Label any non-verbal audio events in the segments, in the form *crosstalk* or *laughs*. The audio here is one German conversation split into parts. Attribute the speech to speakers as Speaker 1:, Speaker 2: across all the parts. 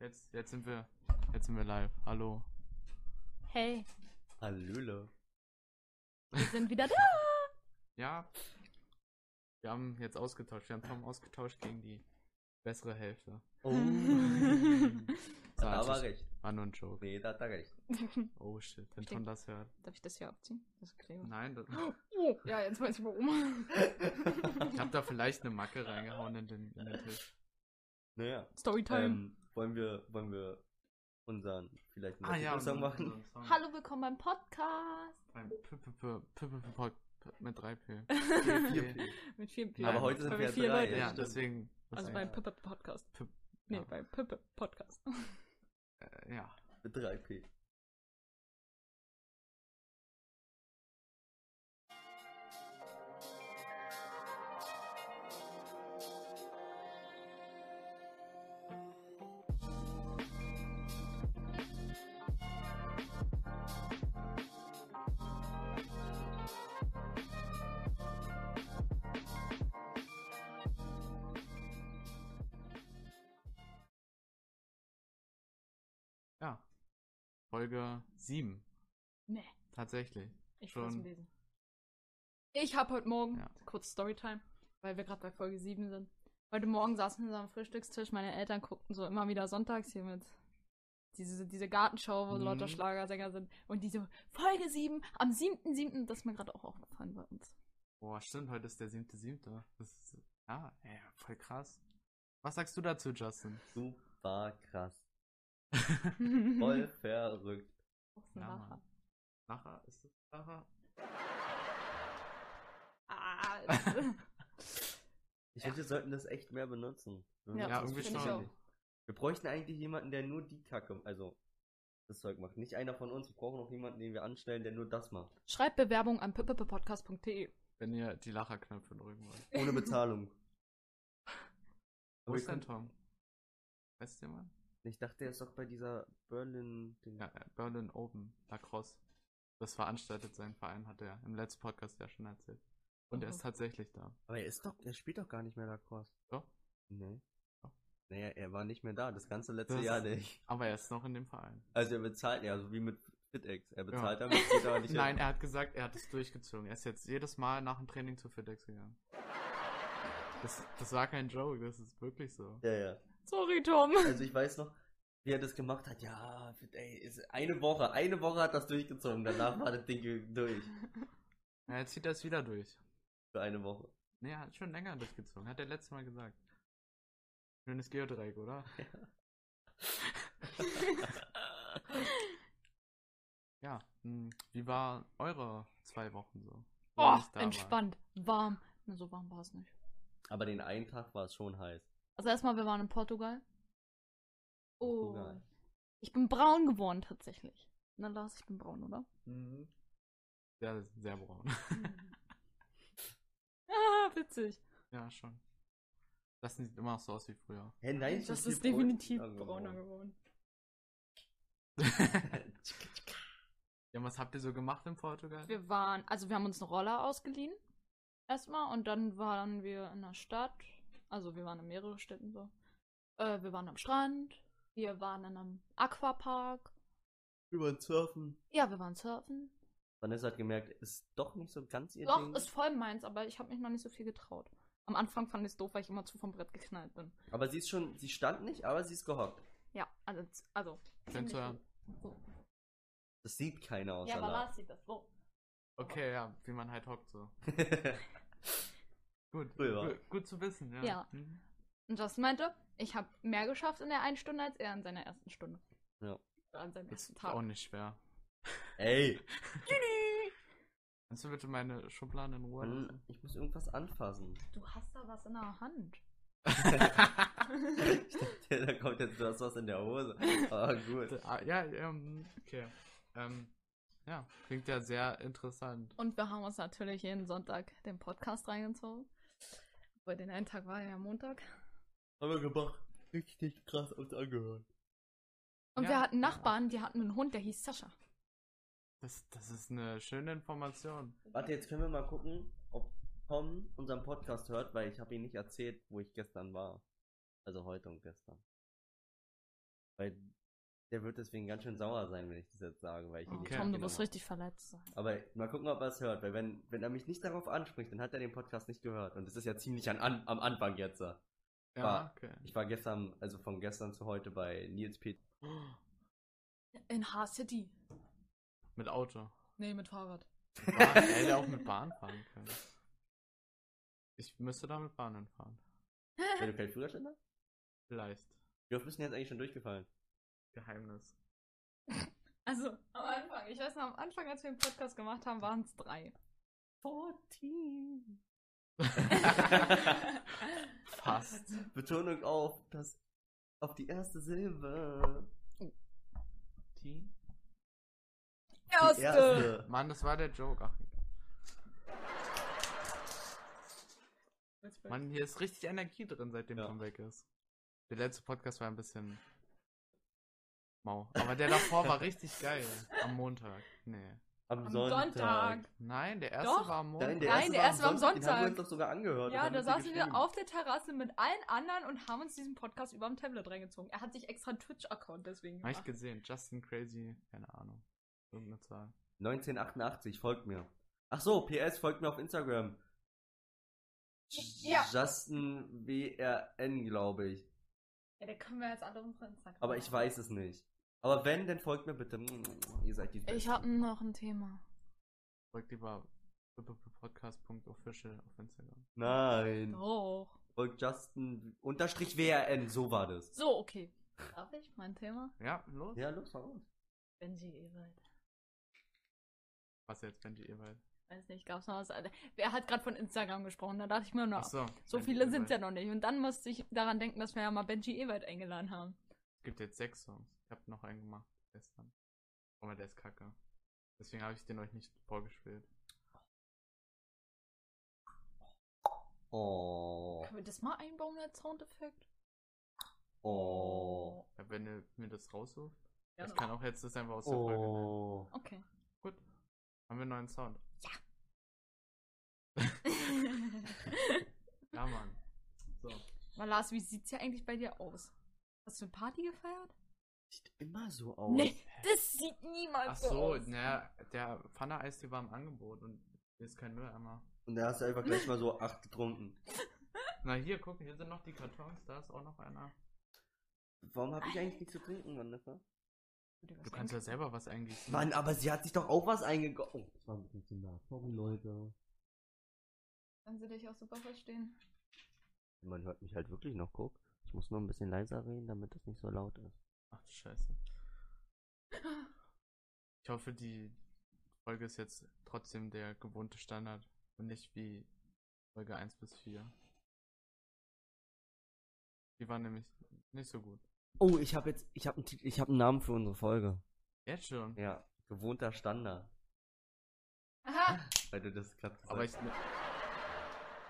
Speaker 1: Jetzt, jetzt sind wir, jetzt sind wir live. Hallo.
Speaker 2: Hey,
Speaker 1: *laughs*
Speaker 3: Hallöle.
Speaker 2: wir sind wieder da.
Speaker 1: Ja. Wir haben jetzt ausgetauscht. Wir haben Tom ausgetauscht gegen die bessere Hälfte.
Speaker 3: Oh.
Speaker 1: So,
Speaker 3: da
Speaker 1: also
Speaker 3: war
Speaker 1: es
Speaker 3: recht.
Speaker 1: War nur ein Joke.
Speaker 3: Nee, da hat er recht.
Speaker 1: Oh shit, wenn
Speaker 2: Stimmt.
Speaker 1: Tom das hört.
Speaker 2: Darf ich das hier abziehen? Das Kleber.
Speaker 1: Nein, das,
Speaker 2: Oh, ja, jetzt weiß ich warum. *laughs*
Speaker 1: ich hab da vielleicht eine Macke reingehauen in den, in den Tisch.
Speaker 3: naja.
Speaker 2: Storytime.
Speaker 3: Ähm, wollen wir, wollen wir unseren vielleicht
Speaker 1: Ah
Speaker 3: einen Song machen?
Speaker 1: Hallo.
Speaker 2: Hallo, willkommen beim Podcast.
Speaker 1: Ein P- P- P- P- P- P- P- mit 3P.
Speaker 3: Vier-
Speaker 1: Nee.
Speaker 2: *laughs* Mit *laughs* vier P.
Speaker 1: Nein.
Speaker 3: Aber heute sind
Speaker 2: Weil
Speaker 3: wir
Speaker 2: vier
Speaker 3: drei.
Speaker 2: Leute.
Speaker 3: ja,
Speaker 1: Ja,
Speaker 3: stimmt.
Speaker 1: deswegen.
Speaker 2: Also
Speaker 1: deswegen-
Speaker 2: beim Pippe Podcast.
Speaker 1: P-
Speaker 2: Nee,
Speaker 1: ja.
Speaker 2: beim Pippe Podcast.
Speaker 1: Äh, Ja.
Speaker 3: Mit 3P.
Speaker 1: Ja. Folge 7.
Speaker 2: Nee.
Speaker 1: Tatsächlich.
Speaker 2: Ich
Speaker 1: Schon.
Speaker 2: kann es lesen. Ich habe heute Morgen,
Speaker 1: Ja.
Speaker 2: kurz Storytime, weil wir gerade bei Folge 7 sind. Heute Morgen saßen wir so am Frühstückstisch, meine Eltern guckten so immer wieder sonntags hier mit. Diese, diese Gartenschau, wo
Speaker 1: Mhm.
Speaker 2: lauter Schlagersänger sind. Und diese Folge 7 am 7.7., das ist mir gerade auch aufgefallen bei
Speaker 1: *laughs*
Speaker 2: uns.
Speaker 1: Boah, stimmt, heute ist der siebte, siebte. Das ist, ja, ey, voll krass. Was sagst du dazu, Justin?
Speaker 3: Super krass.
Speaker 2: *laughs*
Speaker 1: Mhm.
Speaker 3: Voll verrückt.
Speaker 2: Großen
Speaker 1: Ja,
Speaker 2: Lacher.
Speaker 1: Mann. Lacher, ist das Lacher?
Speaker 2: Ah,
Speaker 3: Ich finde, wir sollten das echt mehr benutzen.
Speaker 2: Ja,
Speaker 1: Ja,
Speaker 3: das
Speaker 1: irgendwie
Speaker 3: finde ich
Speaker 1: schon.
Speaker 3: auch. Wir bräuchten eigentlich jemanden, der nur die Kacke, also das Zeug macht. Nicht einer von uns. Wir brauchen noch jemanden, den wir anstellen, der nur das macht.
Speaker 2: Schreibt Bewerbung an pippepodcast.de.
Speaker 1: Wenn ihr die Lacherknöpfe drücken wollt. *laughs*
Speaker 3: Ohne Bezahlung.
Speaker 1: Wo
Speaker 3: Aber
Speaker 1: ist
Speaker 3: ihr
Speaker 1: denn
Speaker 3: könnt-
Speaker 1: Tom? Weißt du jemand?
Speaker 3: Ich dachte, er ist doch bei dieser Berlin. Ding.
Speaker 1: Ja, äh, Berlin Open, Lacrosse. Das veranstaltet sein Verein, hat er im letzten Podcast ja schon erzählt. Und er
Speaker 2: Mhm.
Speaker 1: ist tatsächlich da.
Speaker 3: Aber er ist doch, er spielt doch gar nicht mehr Lacrosse.
Speaker 1: Doch.
Speaker 3: Nee.
Speaker 1: Doch.
Speaker 3: Naja, er war nicht mehr da, das ganze letzte
Speaker 1: Das-
Speaker 3: Jahr nicht.
Speaker 1: Aber er ist noch in dem Verein.
Speaker 3: Also er bezahlt, ja, so wie mit FitEx. Er bezahlt
Speaker 1: Ja.
Speaker 3: damit, geht
Speaker 1: *laughs*
Speaker 3: aber nicht
Speaker 1: Nein,
Speaker 3: hin.
Speaker 1: er hat gesagt, er hat es durchgezogen. Er ist jetzt jedes Mal nach dem Training zu FedEx gegangen. Das, das war kein Joke, das ist wirklich so.
Speaker 3: Ja, ja.
Speaker 1: *laughs*
Speaker 2: Sorry, Tom. *laughs*
Speaker 3: Also ich weiß noch, wie er das gemacht hat. Ja, Fit- ey, ist eine Woche, eine Woche hat das durchgezogen. Danach war das Ding durch.
Speaker 1: Ja, jetzt zieht er es wieder durch.
Speaker 3: Für eine Woche.
Speaker 1: Nee, er hat schon länger durchgezogen, hat er letztes Mal gesagt. Schönes Geodreieck, oder? Ja. hm, Wie war eure zwei Wochen so? wo ihr
Speaker 2: Oh,
Speaker 1: nicht da
Speaker 2: entspannt. Warm. Na, so warm war es nicht.
Speaker 3: Aber den einen Tag war es schon heiß.
Speaker 2: Also erstmal, wir waren in Portugal. Oh.
Speaker 3: Portugal.
Speaker 2: Ich bin braun geworden tatsächlich. Na Lars, ich bin braun, oder?
Speaker 1: wart? Sehr, sehr braun. *laughs*
Speaker 2: ah, witzig.
Speaker 1: ja, schon. Das sieht immer noch so aus wie früher.
Speaker 3: Hä, nein, ich
Speaker 2: das
Speaker 3: bin
Speaker 2: ist
Speaker 3: viel
Speaker 2: definitiv
Speaker 3: brauner *laughs*
Speaker 2: brauner
Speaker 3: geworden.
Speaker 2: geworden.
Speaker 1: Ja, was habt ihr so gemacht in Portugal?
Speaker 2: Wir waren, also wir haben uns einen Roller ausgeliehen. Erstmal und dann waren wir in der Stadt. Also wir waren in mehreren Städten so. Äh, wir waren am Strand. Wir waren in einem Aquapark.
Speaker 3: Über das Surfen.
Speaker 2: Ja, wir waren surfen.
Speaker 3: Vanessa hat gemerkt, ist doch nicht so ganz ihr
Speaker 2: Doch,
Speaker 3: Ding.
Speaker 2: ist voll meins, aber ich habe mich noch nicht so viel getraut. Am Anfang fand ich es doof, weil ich immer zu vom Brett geknallt bin.
Speaker 3: Aber sie ist schon, sie stand nicht, aber sie ist gehockt.
Speaker 2: Ja, also. also
Speaker 1: Könnt ihr-
Speaker 3: Das sieht keiner aus.
Speaker 2: ja, aber
Speaker 3: Anna.
Speaker 2: Lars sieht das. So.
Speaker 1: Okay, ja, wie man halt hockt so. Gut,
Speaker 3: Früher.
Speaker 1: gu- gut zu wissen, ja.
Speaker 2: Ja.
Speaker 1: Mhm.
Speaker 2: Und Justin meinte, ich habe mehr geschafft in der einen Stunde als er in seiner ersten Stunde.
Speaker 3: Ja.
Speaker 2: Oder an seinem
Speaker 1: Das
Speaker 2: ersten
Speaker 1: ist
Speaker 2: Tag.
Speaker 1: auch nicht schwer.
Speaker 3: *laughs* Ey,
Speaker 1: Kannst du bitte meine Schubladen in Ruhe
Speaker 3: Mann,
Speaker 1: lassen?
Speaker 3: hm, ich muss irgendwas
Speaker 2: *laughs*
Speaker 3: anfassen. *laughs*
Speaker 2: Du hast da was in der Hand.
Speaker 3: ich dachte, da kommt jetzt, du hast was in der Hose. Aber gut.
Speaker 1: Ah, ja, ähm, okay. Ähm, ja, klingt ja sehr interessant.
Speaker 2: Und wir haben uns natürlich jeden Sonntag den Podcast reingezogen. Bei den einen Tag war ja Montag.
Speaker 3: Haben wir gemacht. Richtig krass uns angehört.
Speaker 2: Und
Speaker 1: Ja,
Speaker 2: wir hatten
Speaker 1: ja.
Speaker 2: Nachbarn, die hatten einen Hund, der hieß Sascha.
Speaker 1: Das, das ist eine schöne Information.
Speaker 3: Warte, jetzt können wir mal gucken, ob Tom unseren Podcast hört, weil ich habe ihm nicht erzählt, wo ich gestern war. Also heute und gestern. Weil der wird deswegen ganz schön sauer sein, wenn ich das jetzt sage, weil ich ihn
Speaker 2: Oh,
Speaker 1: Okay. genau.
Speaker 3: nicht
Speaker 2: Tom, du
Speaker 3: mitgenommen
Speaker 2: wirst
Speaker 3: hab.
Speaker 2: richtig verletzt sein.
Speaker 3: Aber mal gucken, ob er es hört, weil wenn, wenn er mich nicht darauf anspricht, dann hat er den Podcast nicht gehört. Und das ist ja ziemlich an, an, am Anfang jetzt. äh.
Speaker 1: Ja,
Speaker 3: War-
Speaker 1: okay.
Speaker 3: Ich war gestern, also von gestern zu heute bei
Speaker 2: *laughs*
Speaker 3: Nils Peter.
Speaker 2: In H-City.
Speaker 1: Mit
Speaker 3: *laughs*
Speaker 1: Auto.
Speaker 2: Nee, mit Fahrrad.
Speaker 1: Mit Bahn, er hätte auch mit Bahn fahren können. Ich müsste da mit Bahn hinfahren.
Speaker 3: Wenn du keinen Führerschein hast?
Speaker 1: Vielleicht.
Speaker 3: Wie oft bist du denn jetzt eigentlich schon durchgefallen?
Speaker 1: Geheimnis.
Speaker 2: Also, am Anfang, ich weiß noch, am Anfang, als wir den Podcast gemacht haben, waren es drei.
Speaker 3: 14.
Speaker 1: *laughs*
Speaker 2: *laughs*
Speaker 1: Fast.
Speaker 3: Betonung auf das, auf die erste Silbe.
Speaker 2: Oh.
Speaker 3: Die
Speaker 2: Erste.
Speaker 1: Mann, das war der Joke. Ach, Mann, hier ist richtig Energie drin, seitdem
Speaker 3: Ja.
Speaker 1: Tom weg ist. Der letzte Podcast war ein bisschen mau. Aber der davor
Speaker 3: *laughs*
Speaker 1: war richtig geil. Am Montag. Nee.
Speaker 3: Am,
Speaker 2: Am
Speaker 3: Sonntag.
Speaker 2: Sonntag.
Speaker 1: Nein, der erste
Speaker 2: Doch.
Speaker 1: war am Montag.
Speaker 3: Nein, der
Speaker 2: Nein,
Speaker 3: erste,
Speaker 2: der
Speaker 3: war,
Speaker 2: erste war am
Speaker 3: Den haben wir
Speaker 2: Sonntag.
Speaker 3: uns doch sogar angehört.
Speaker 2: Ja,
Speaker 3: und
Speaker 2: da
Speaker 3: haben uns
Speaker 2: saßen
Speaker 3: geschrieben.
Speaker 2: wir auf der Terrasse mit allen anderen und haben uns diesen Podcast über dem Tablet reingezogen. Er hat sich extra einen Twitch-Account deswegen
Speaker 1: Hab ich
Speaker 2: gemacht.
Speaker 1: gesehen. Justin Crazy. Keine Ahnung. Irgendeine Zahl.
Speaker 3: 1988, folgt mir. Ach so, PS, folgt mir auf Instagram.
Speaker 2: Ja.
Speaker 3: Justin WRN, glaube ich.
Speaker 2: Ja, der können wir jetzt alle unsere Instagram.
Speaker 3: Aber ich weiß es nicht. Aber wenn, dann folgt mir bitte. Ihr seid die
Speaker 2: Ich
Speaker 3: Besten.
Speaker 2: habe noch ein Thema.
Speaker 1: Folgt lieber podcast.official auf Instagram.
Speaker 3: Nein.
Speaker 2: Doch.
Speaker 3: Folgt Justin unterstrich WRN, so war das.
Speaker 2: So, okay. Darf ich mein Thema?
Speaker 1: Ja, los.
Speaker 3: Ja, los, hau raus.
Speaker 2: Benji Ewald.
Speaker 1: Was jetzt, Benji Ewald?
Speaker 2: Weiß nicht, gab's noch was? Wer hat gerade von Instagram gesprochen? Da dachte ich mir nur,
Speaker 1: Achso.
Speaker 2: so viele sind's ja noch nicht. Und dann musste ich daran denken, dass wir ja mal Benji Ewald eingeladen haben.
Speaker 1: Es gibt jetzt sechs Songs. Ich habe noch einen gemacht gestern. Aber der ist kacke. Deswegen habe ich den euch nicht vorgespielt.
Speaker 3: Oh,
Speaker 2: Können wir das mal einbauen als Soundeffekt?
Speaker 3: oh,
Speaker 1: Ja, Wenn ihr mir das raussucht.
Speaker 2: Ja.
Speaker 1: Ich kann auch jetzt das einfach aus der Folge nehmen.
Speaker 3: oh.
Speaker 2: *laughs* Okay.
Speaker 1: Gut. Haben wir einen neuen Sound. Ja, Mann.
Speaker 2: *laughs*
Speaker 1: So.
Speaker 2: Mal Lars, wie sieht's ja eigentlich bei dir aus? Hast du eine Party gefeiert?
Speaker 3: Sieht immer so aus.
Speaker 2: das sieht niemals
Speaker 1: Oh. Ach so, ne, naja, der Pfanne-Eistee war im Angebot und hier ist kein Mülleimer.
Speaker 3: Und da hast du einfach gleich mal so acht getrunken.
Speaker 1: Na hier, guck, hier sind noch die Kartons, da ist auch noch einer.
Speaker 3: Warum hab ich eigentlich nichts zu trinken, Mann? ne?
Speaker 1: Du kannst ja selber was eigentlich.
Speaker 3: Mann, aber sie hat sich doch auch was eingegossen. Oh, das war ein bisschen zu nah. Sorry, Leute.
Speaker 2: Kannst du dich auch super verstehen?
Speaker 3: Man hört mich halt wirklich noch, guck. Ich muss nur ein bisschen leiser reden, damit das nicht so laut ist.
Speaker 1: Ach du Scheiße. Ich hoffe, die Folge ist jetzt trotzdem der gewohnte Standard und nicht wie Folge 1 bis 4. Die war nämlich nicht so gut.
Speaker 3: Oh, ich habe jetzt, ich habe einen, Titel- ich habe einen Namen für unsere Folge.
Speaker 1: Jetzt schon.
Speaker 3: Ja, gewohnter Standard.
Speaker 2: Aha!
Speaker 3: Weil du das gerade gesagt
Speaker 1: Aber ich, ne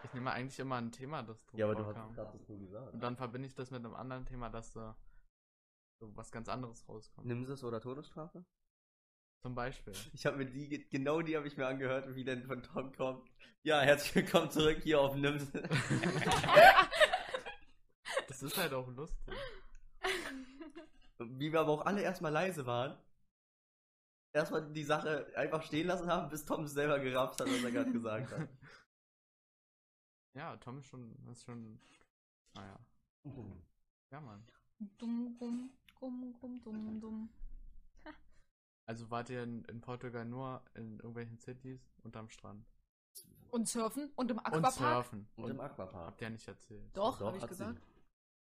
Speaker 1: ich nehme eigentlich immer ein Thema, das drin
Speaker 3: Ja, aber du hast
Speaker 1: vorkam.
Speaker 3: gerade das nur gesagt.
Speaker 1: Und dann verbinde ich das mit einem anderen Thema, dass da so was ganz anderes rauskommt.
Speaker 3: Nimmst oder Todesstrafe?
Speaker 1: Zum Beispiel.
Speaker 3: Ich habe mir die, ge- genau die habe ich mir angehört, wie denn von Tom kommt. Ja, herzlich willkommen zurück hier auf Nims.
Speaker 1: Das ist halt auch lustig.
Speaker 3: wie wir aber auch alle erstmal leise waren. Erstmal die Sache einfach stehen lassen haben, bis Tom selber gerafft hat, was er gerade gesagt *laughs* hat.
Speaker 1: Ja, Tom ist schon, ist schon, naja, ja Mann.
Speaker 2: *laughs* Dumm, dumm, dumm, dumm, dumm, dumm.
Speaker 1: Also wart ihr in, in Portugal nur in irgendwelchen Cities und am Strand?
Speaker 2: Und surfen und im
Speaker 1: Und
Speaker 2: Aquapark?
Speaker 1: surfen.
Speaker 3: Und im
Speaker 1: Und
Speaker 3: Aquapark.
Speaker 1: habt ihr nicht erzählt.
Speaker 2: Doch,
Speaker 3: Doch,
Speaker 2: habe ich
Speaker 3: hat sie.
Speaker 2: gesagt.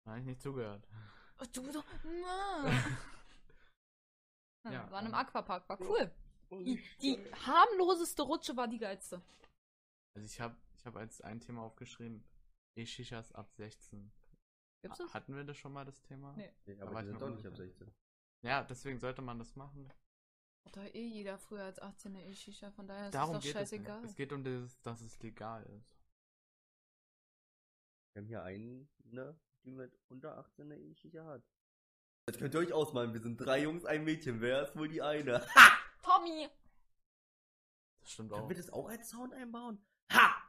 Speaker 1: Nein, ich nicht zugehört.
Speaker 2: Ach, du doch.
Speaker 1: *laughs*
Speaker 2: Na.
Speaker 1: Ja.
Speaker 2: Ja, waren im Aquapark, war cool. Die, die harmloseste Rutsche war die geilste.
Speaker 1: Also ich habe ich hab als ein Thema aufgeschrieben, E-Shishas ab 16.
Speaker 2: Gibt's das?
Speaker 1: Hatten wir das schon mal, das Thema?
Speaker 2: Nee.
Speaker 3: Nee,
Speaker 1: Aber
Speaker 3: aber die
Speaker 1: ich
Speaker 3: sind
Speaker 1: bin
Speaker 3: doch nicht ab
Speaker 1: unsicher.
Speaker 3: 16.
Speaker 1: Ja, deswegen sollte man das machen.
Speaker 2: Hat doch eh jeder früher als 18 eine E-Shisha, von daher ist
Speaker 1: Darum
Speaker 2: es doch
Speaker 1: geht
Speaker 2: scheißegal.
Speaker 1: es nicht. Es geht um dieses, dass es legal ist.
Speaker 3: Wir haben hier einen, ne, die mit unter 18 eine ähnliche hat. Das könnt ihr euch ausmalen, wir sind drei Jungs, ein Mädchen, wer ist wohl die eine?
Speaker 2: Tommy!
Speaker 1: Das stimmt
Speaker 3: Können
Speaker 1: auch.
Speaker 3: wir das auch als Sound einbauen? Ha!
Speaker 2: *laughs*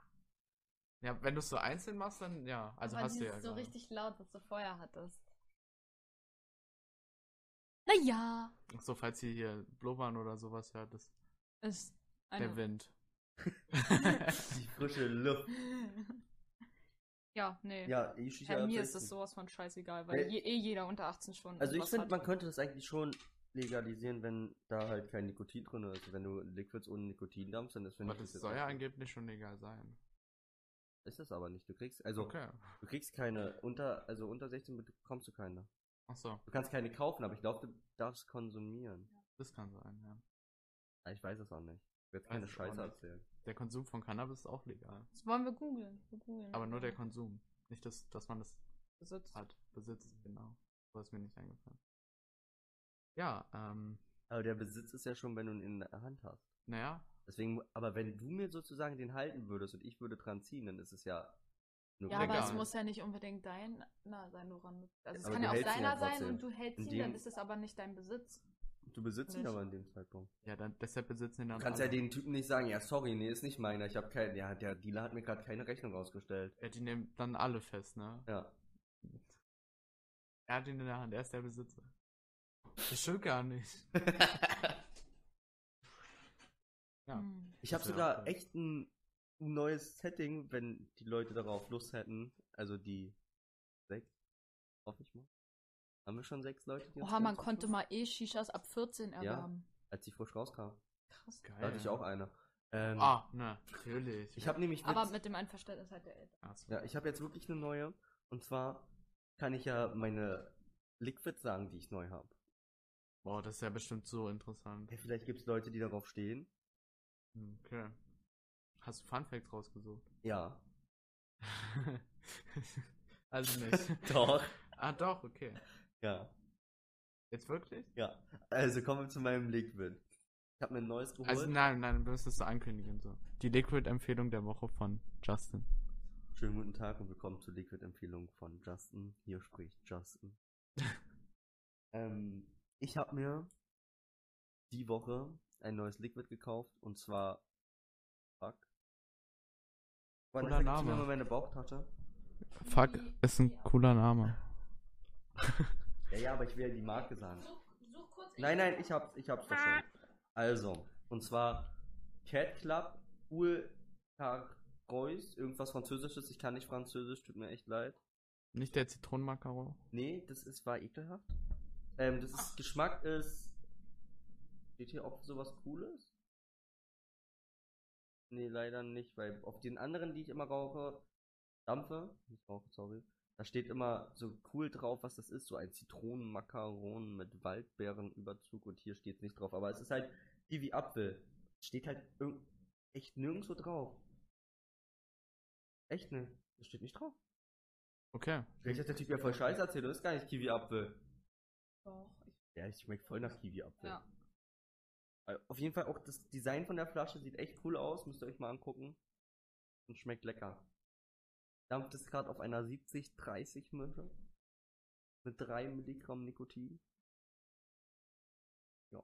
Speaker 1: Ja, wenn du es so einzeln machst, dann ja. Also
Speaker 2: Aber
Speaker 1: hast du
Speaker 2: dieses
Speaker 1: ja.
Speaker 2: so
Speaker 1: gerade.
Speaker 2: richtig laut, was du vorher hattest. Naja,
Speaker 1: Ach so, falls ihr hier blubbern oder sowas hört, ist
Speaker 2: ist
Speaker 1: der
Speaker 2: eine. *laughs*
Speaker 1: Wind. *laughs*
Speaker 3: Die frische Luft.
Speaker 2: *laughs* ja, nee.
Speaker 3: Ja, ich schieße
Speaker 2: ja,
Speaker 3: am
Speaker 2: mir ist das
Speaker 3: besten.
Speaker 2: sowas von scheißegal, weil
Speaker 3: Nee.
Speaker 2: je, eh jeder unter 18 Stunden.
Speaker 3: Äh, Also ich
Speaker 2: was
Speaker 3: finde,
Speaker 2: hat.
Speaker 3: man könnte das eigentlich schon legalisieren, wenn da halt kein Nikotin drin ist. Also Wenn du Liquids ohne Nikotin dampfst, dann ist finde
Speaker 1: Aber
Speaker 3: ich
Speaker 1: das
Speaker 3: jetzt
Speaker 1: soll ja
Speaker 3: auch-
Speaker 1: angeblich schon legal sein.
Speaker 3: Ist das aber nicht. Du kriegst, also
Speaker 1: Okay.
Speaker 3: du kriegst keine, unter, also unter 16 bekommst du keine.
Speaker 1: Ach so,
Speaker 3: Du kannst keine kaufen, aber ich glaube, du darfst konsumieren.
Speaker 1: das kann sein, ja.
Speaker 3: Ah, Ich weiß es auch nicht. Ich werde
Speaker 1: Weiß
Speaker 3: keine
Speaker 1: ich auch
Speaker 3: Scheiße
Speaker 1: nicht.
Speaker 3: erzählen.
Speaker 1: Der Konsum von Cannabis ist auch legal.
Speaker 2: Das wollen wir googeln. Wir googeln
Speaker 1: Aber nur
Speaker 3: Mhm.
Speaker 1: der
Speaker 2: einfach.
Speaker 1: Konsum. Nicht, dass, dass man das
Speaker 2: Besitz.
Speaker 1: hat, besitzt, genau. So ist mir nicht eingefallen. Ja, ähm,
Speaker 3: Aber der Besitz ist ja schon, wenn du ihn in der Hand hast.
Speaker 1: naja,
Speaker 3: Deswegen, aber wenn du mir sozusagen den halten würdest und ich würde dran ziehen, dann ist es ja nur
Speaker 2: Ja,
Speaker 1: Lecker.
Speaker 2: aber es muss ja nicht unbedingt deiner sein, woran du. Also es
Speaker 3: Aber
Speaker 2: kann
Speaker 3: du
Speaker 2: ja auch
Speaker 3: hältst ihn
Speaker 2: deiner
Speaker 3: ja
Speaker 2: sein
Speaker 3: trotzdem.
Speaker 2: und du hältst
Speaker 3: In
Speaker 2: ihn, dann
Speaker 3: dem-
Speaker 2: ist es aber nicht dein Besitz.
Speaker 3: Du besitzt ihn
Speaker 2: Nicht.
Speaker 3: aber in dem Zeitpunkt.
Speaker 1: ja, also dann, deshalb besitzen ihn
Speaker 3: Du
Speaker 1: dann
Speaker 3: kannst ja
Speaker 1: alle.
Speaker 3: den Typen nicht sagen, ja, sorry, nee, ist nicht meiner, ich habe keinen, ja, der Dealer hat mir gerade keine Rechnung ausgestellt.
Speaker 1: Ja, die nehmen dann alle fest, ne?
Speaker 3: Ja.
Speaker 1: Er hat ihn in der Hand, er ist der Besitzer. Das stimmt gar nicht. Ja.
Speaker 2: Hm.
Speaker 3: Ich habe
Speaker 1: Das wär auch
Speaker 3: sogar
Speaker 1: geil.
Speaker 3: echt ein neues Setting, wenn die Leute darauf Lust hätten. Also die sechs, hoffe ich mal. Haben wir schon sechs Leute? die uns
Speaker 2: Oha, man
Speaker 3: hören?
Speaker 2: konnte mal eh Shishas ab 14 erwerben.
Speaker 3: Als die frisch rauskam,
Speaker 2: Krass.
Speaker 1: Geil.
Speaker 3: da *laughs* hatte ich auch eine. Ähm,
Speaker 1: Ah, ne, natürlich.
Speaker 3: Ich habe nämlich
Speaker 2: Aber
Speaker 3: jetzt-
Speaker 2: mit dem Einverständnis halt der Eltern.
Speaker 1: Ach so.
Speaker 3: Ja, ich habe jetzt wirklich eine neue. Und zwar kann ich ja meine Liquids sagen, die ich neu habe.
Speaker 1: Boah, das ist ja bestimmt so interessant.
Speaker 3: Ja, vielleicht gibt's Leute, die darauf stehen.
Speaker 1: Hm, Okay. Hast du Funfacts rausgesucht? *laughs*
Speaker 3: Ja.
Speaker 1: also nicht.
Speaker 3: Doch.
Speaker 1: ah, doch, okay.
Speaker 3: Ja.
Speaker 1: Jetzt wirklich?
Speaker 3: Ja. Also kommen wir zu meinem Liquid. Ich habe mir ein neues geholt.
Speaker 1: Also nein, nein, du müsstest es ankündigen. So. Die Liquid-Empfehlung der Woche von Justin.
Speaker 3: Schönen guten Tag und willkommen zur Liquid-Empfehlung von Justin. Hier spricht
Speaker 1: *laughs*
Speaker 3: Justin. ähm, ich habe mir die Woche ein neues Liquid gekauft und zwar. Fuck. Wann
Speaker 1: Cooler
Speaker 3: vergisst du mir
Speaker 1: Name.
Speaker 3: mal meine Bauchtasche?
Speaker 1: Fuck, ist ein cooler Name.
Speaker 3: Ja, ja, aber ich will ja die Marke sagen.
Speaker 2: Such kurz
Speaker 3: Nein, nein, ich hab's, ich hab's doch schon. Also, und zwar Cat Club Ultarois, irgendwas Französisches. Ich kann nicht Französisch, tut mir echt leid.
Speaker 1: Nicht der Zitronenmakaro.
Speaker 3: Nee, das ist, war ekelhaft. Ähm, das ist, Geschmack ist. Steht hier auch sowas Cooles? Nee, leider nicht, weil auf den anderen, die ich immer rauche, dampfe, nicht rauche, sorry, da steht immer so cool drauf, was das ist, so ein Zitronenmakaron mit Waldbeerenüberzug und hier steht nicht drauf, aber es ist halt Kiwi Apfel. Steht halt irg- echt nirgendwo drauf. Echt ne? Das steht nicht drauf.
Speaker 1: Okay.
Speaker 3: Vielleicht hat der Typ ja voll Scheiße erzählt, das ist gar nicht Kiwi-Apfel.
Speaker 2: Doch. Ich-
Speaker 3: Ja, ich schmeckt voll nach Kiwi-Apfel.
Speaker 2: Ja.
Speaker 3: Äh, Auf jeden Fall auch das Design von der Flasche sieht echt cool aus, müsst ihr euch mal angucken. Und schmeckt lecker. Dampft es gerade auf einer 70-30 Mische. Mit 3 Milligramm Nikotin.
Speaker 1: Ja,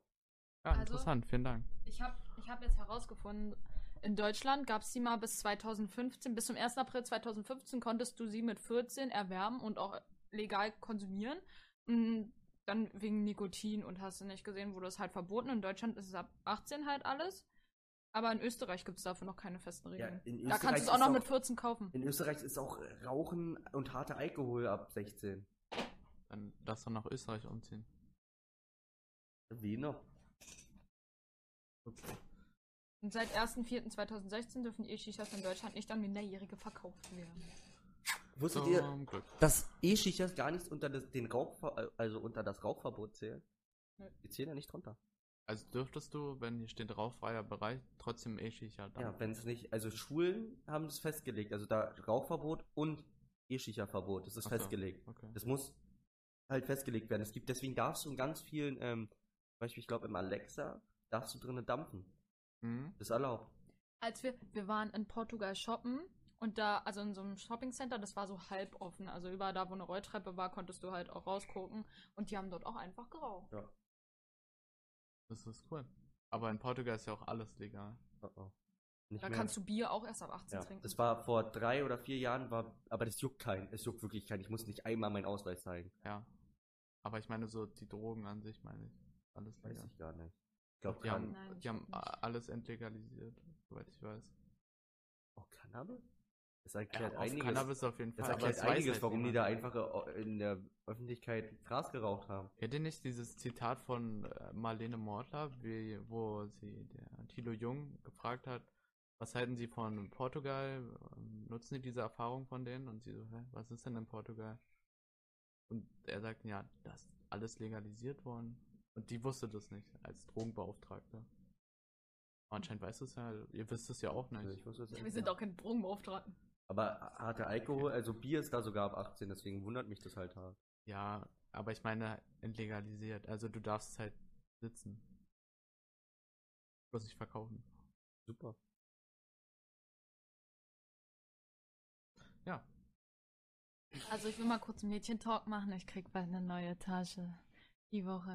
Speaker 2: Also-
Speaker 1: interessant, vielen Dank.
Speaker 2: Ich habe ich hab jetzt herausgefunden, in Deutschland gab es sie mal bis 2015. Bis zum 1. April 2015 konntest du sie mit 14 erwerben und auch legal konsumieren. Und dann wegen Nikotin und hast du nicht gesehen, wurde es halt verboten. In Deutschland ist es ab 18 halt alles. Aber in Österreich gibt es dafür noch keine festen Regeln.
Speaker 3: in
Speaker 2: da kannst du es auch
Speaker 3: ist
Speaker 2: noch mit 14 kaufen.
Speaker 3: In Österreich ist auch äh, Rauchen und harter Alkohol ab 16.
Speaker 1: Dann lass doch nach Österreich umziehen.
Speaker 3: Wie noch?
Speaker 2: Und seit 1.4.2016 dürfen E-Shishas in Deutschland nicht an Minderjährige verkauft werden.
Speaker 3: Wusstet
Speaker 1: Zum
Speaker 3: ihr,
Speaker 1: Glück.
Speaker 3: dass E-Shishas gar nicht unter das, den Rauchver äh, also unter das Rauchverbot zählen?
Speaker 2: Nö.
Speaker 3: Die zählen ja nicht drunter.
Speaker 1: Also dürftest du, wenn hier steht rauchfreier Bereich, trotzdem E-Shisha dann.
Speaker 3: Ja, wenn es nicht, also Schulen haben es festgelegt, also da Rauchverbot und E-Shisha-Verbot, das ist
Speaker 1: Ach so.
Speaker 3: festgelegt.
Speaker 1: Okay.
Speaker 3: Das muss halt festgelegt werden. Es gibt, deswegen darfst du in ganz vielen, ähm, zum Beispiel, ich glaube im Alexa, darfst du drinnen dampfen.
Speaker 1: Mhm.
Speaker 3: Das ist erlaubt.
Speaker 2: als wir, wir waren in Portugal shoppen und da, also in so einem Shoppingcenter, das war so halb offen. Also überall da, wo eine Rolltreppe war, konntest du halt auch rausgucken und die haben dort auch einfach geraucht.
Speaker 3: Ja.
Speaker 1: Das ist cool. Aber in Portugal ist ja auch alles legal.
Speaker 3: Oh oh. Nicht
Speaker 2: Da kannst du Bier auch erst ab 18
Speaker 3: ja.
Speaker 2: trinken.
Speaker 3: Das war vor drei oder vier Jahren, war, aber das juckt keinen. Es juckt wirklich keinen. Ich muss nicht einmal meinen Ausweis zeigen.
Speaker 1: Ja. Aber ich meine so die Drogen an sich, meine ich. Alles
Speaker 3: Weiß
Speaker 1: legal.
Speaker 3: ich gar nicht. Ich glaube,
Speaker 1: Die haben,
Speaker 3: Can
Speaker 2: Nein, ich
Speaker 1: die haben
Speaker 2: glaub nicht.
Speaker 1: a- alles entlegalisiert, soweit ich weiß.
Speaker 3: oh, Cannabis? Das erklärt
Speaker 1: Ja, auf
Speaker 3: einiges,
Speaker 1: Cannabis auf jeden
Speaker 3: das
Speaker 1: Fall.
Speaker 3: erklärt
Speaker 1: es weiß
Speaker 3: einiges
Speaker 1: halt
Speaker 3: warum die
Speaker 1: niemand.
Speaker 3: da einfach äh, in der Öffentlichkeit Gras geraucht haben.
Speaker 1: Kennt ihr nicht dieses Zitat von äh, Marlene Mortler, wie, wo sie der Thilo Jung gefragt hat, was halten Sie von Portugal? Ähm, Nutzen Sie diese Erfahrung von denen? Und sie so, hä, was ist denn in Portugal? Und er sagt, ja, das ist alles legalisiert worden. Und die wusste das nicht, als Drogenbeauftragte. Aber Anscheinend weißt du es ja, ihr wisst es ja auch
Speaker 3: Also
Speaker 1: nicht.
Speaker 3: ich wusste das
Speaker 2: Wir
Speaker 3: nicht.
Speaker 2: sind auch kein Drogenbeauftragten.
Speaker 3: Aber harter Alkohol, also Bier ist da sogar ab 18, deswegen wundert mich das halt hart.
Speaker 1: Ja, aber ich meine, entlegalisiert. Also du darfst es halt sitzen. Bloß nicht verkaufen.
Speaker 3: Super.
Speaker 1: Ja,
Speaker 2: Also ich will mal kurz Mädchen-Talk machen. Ich krieg bald eine neue Tasche. Die Woche.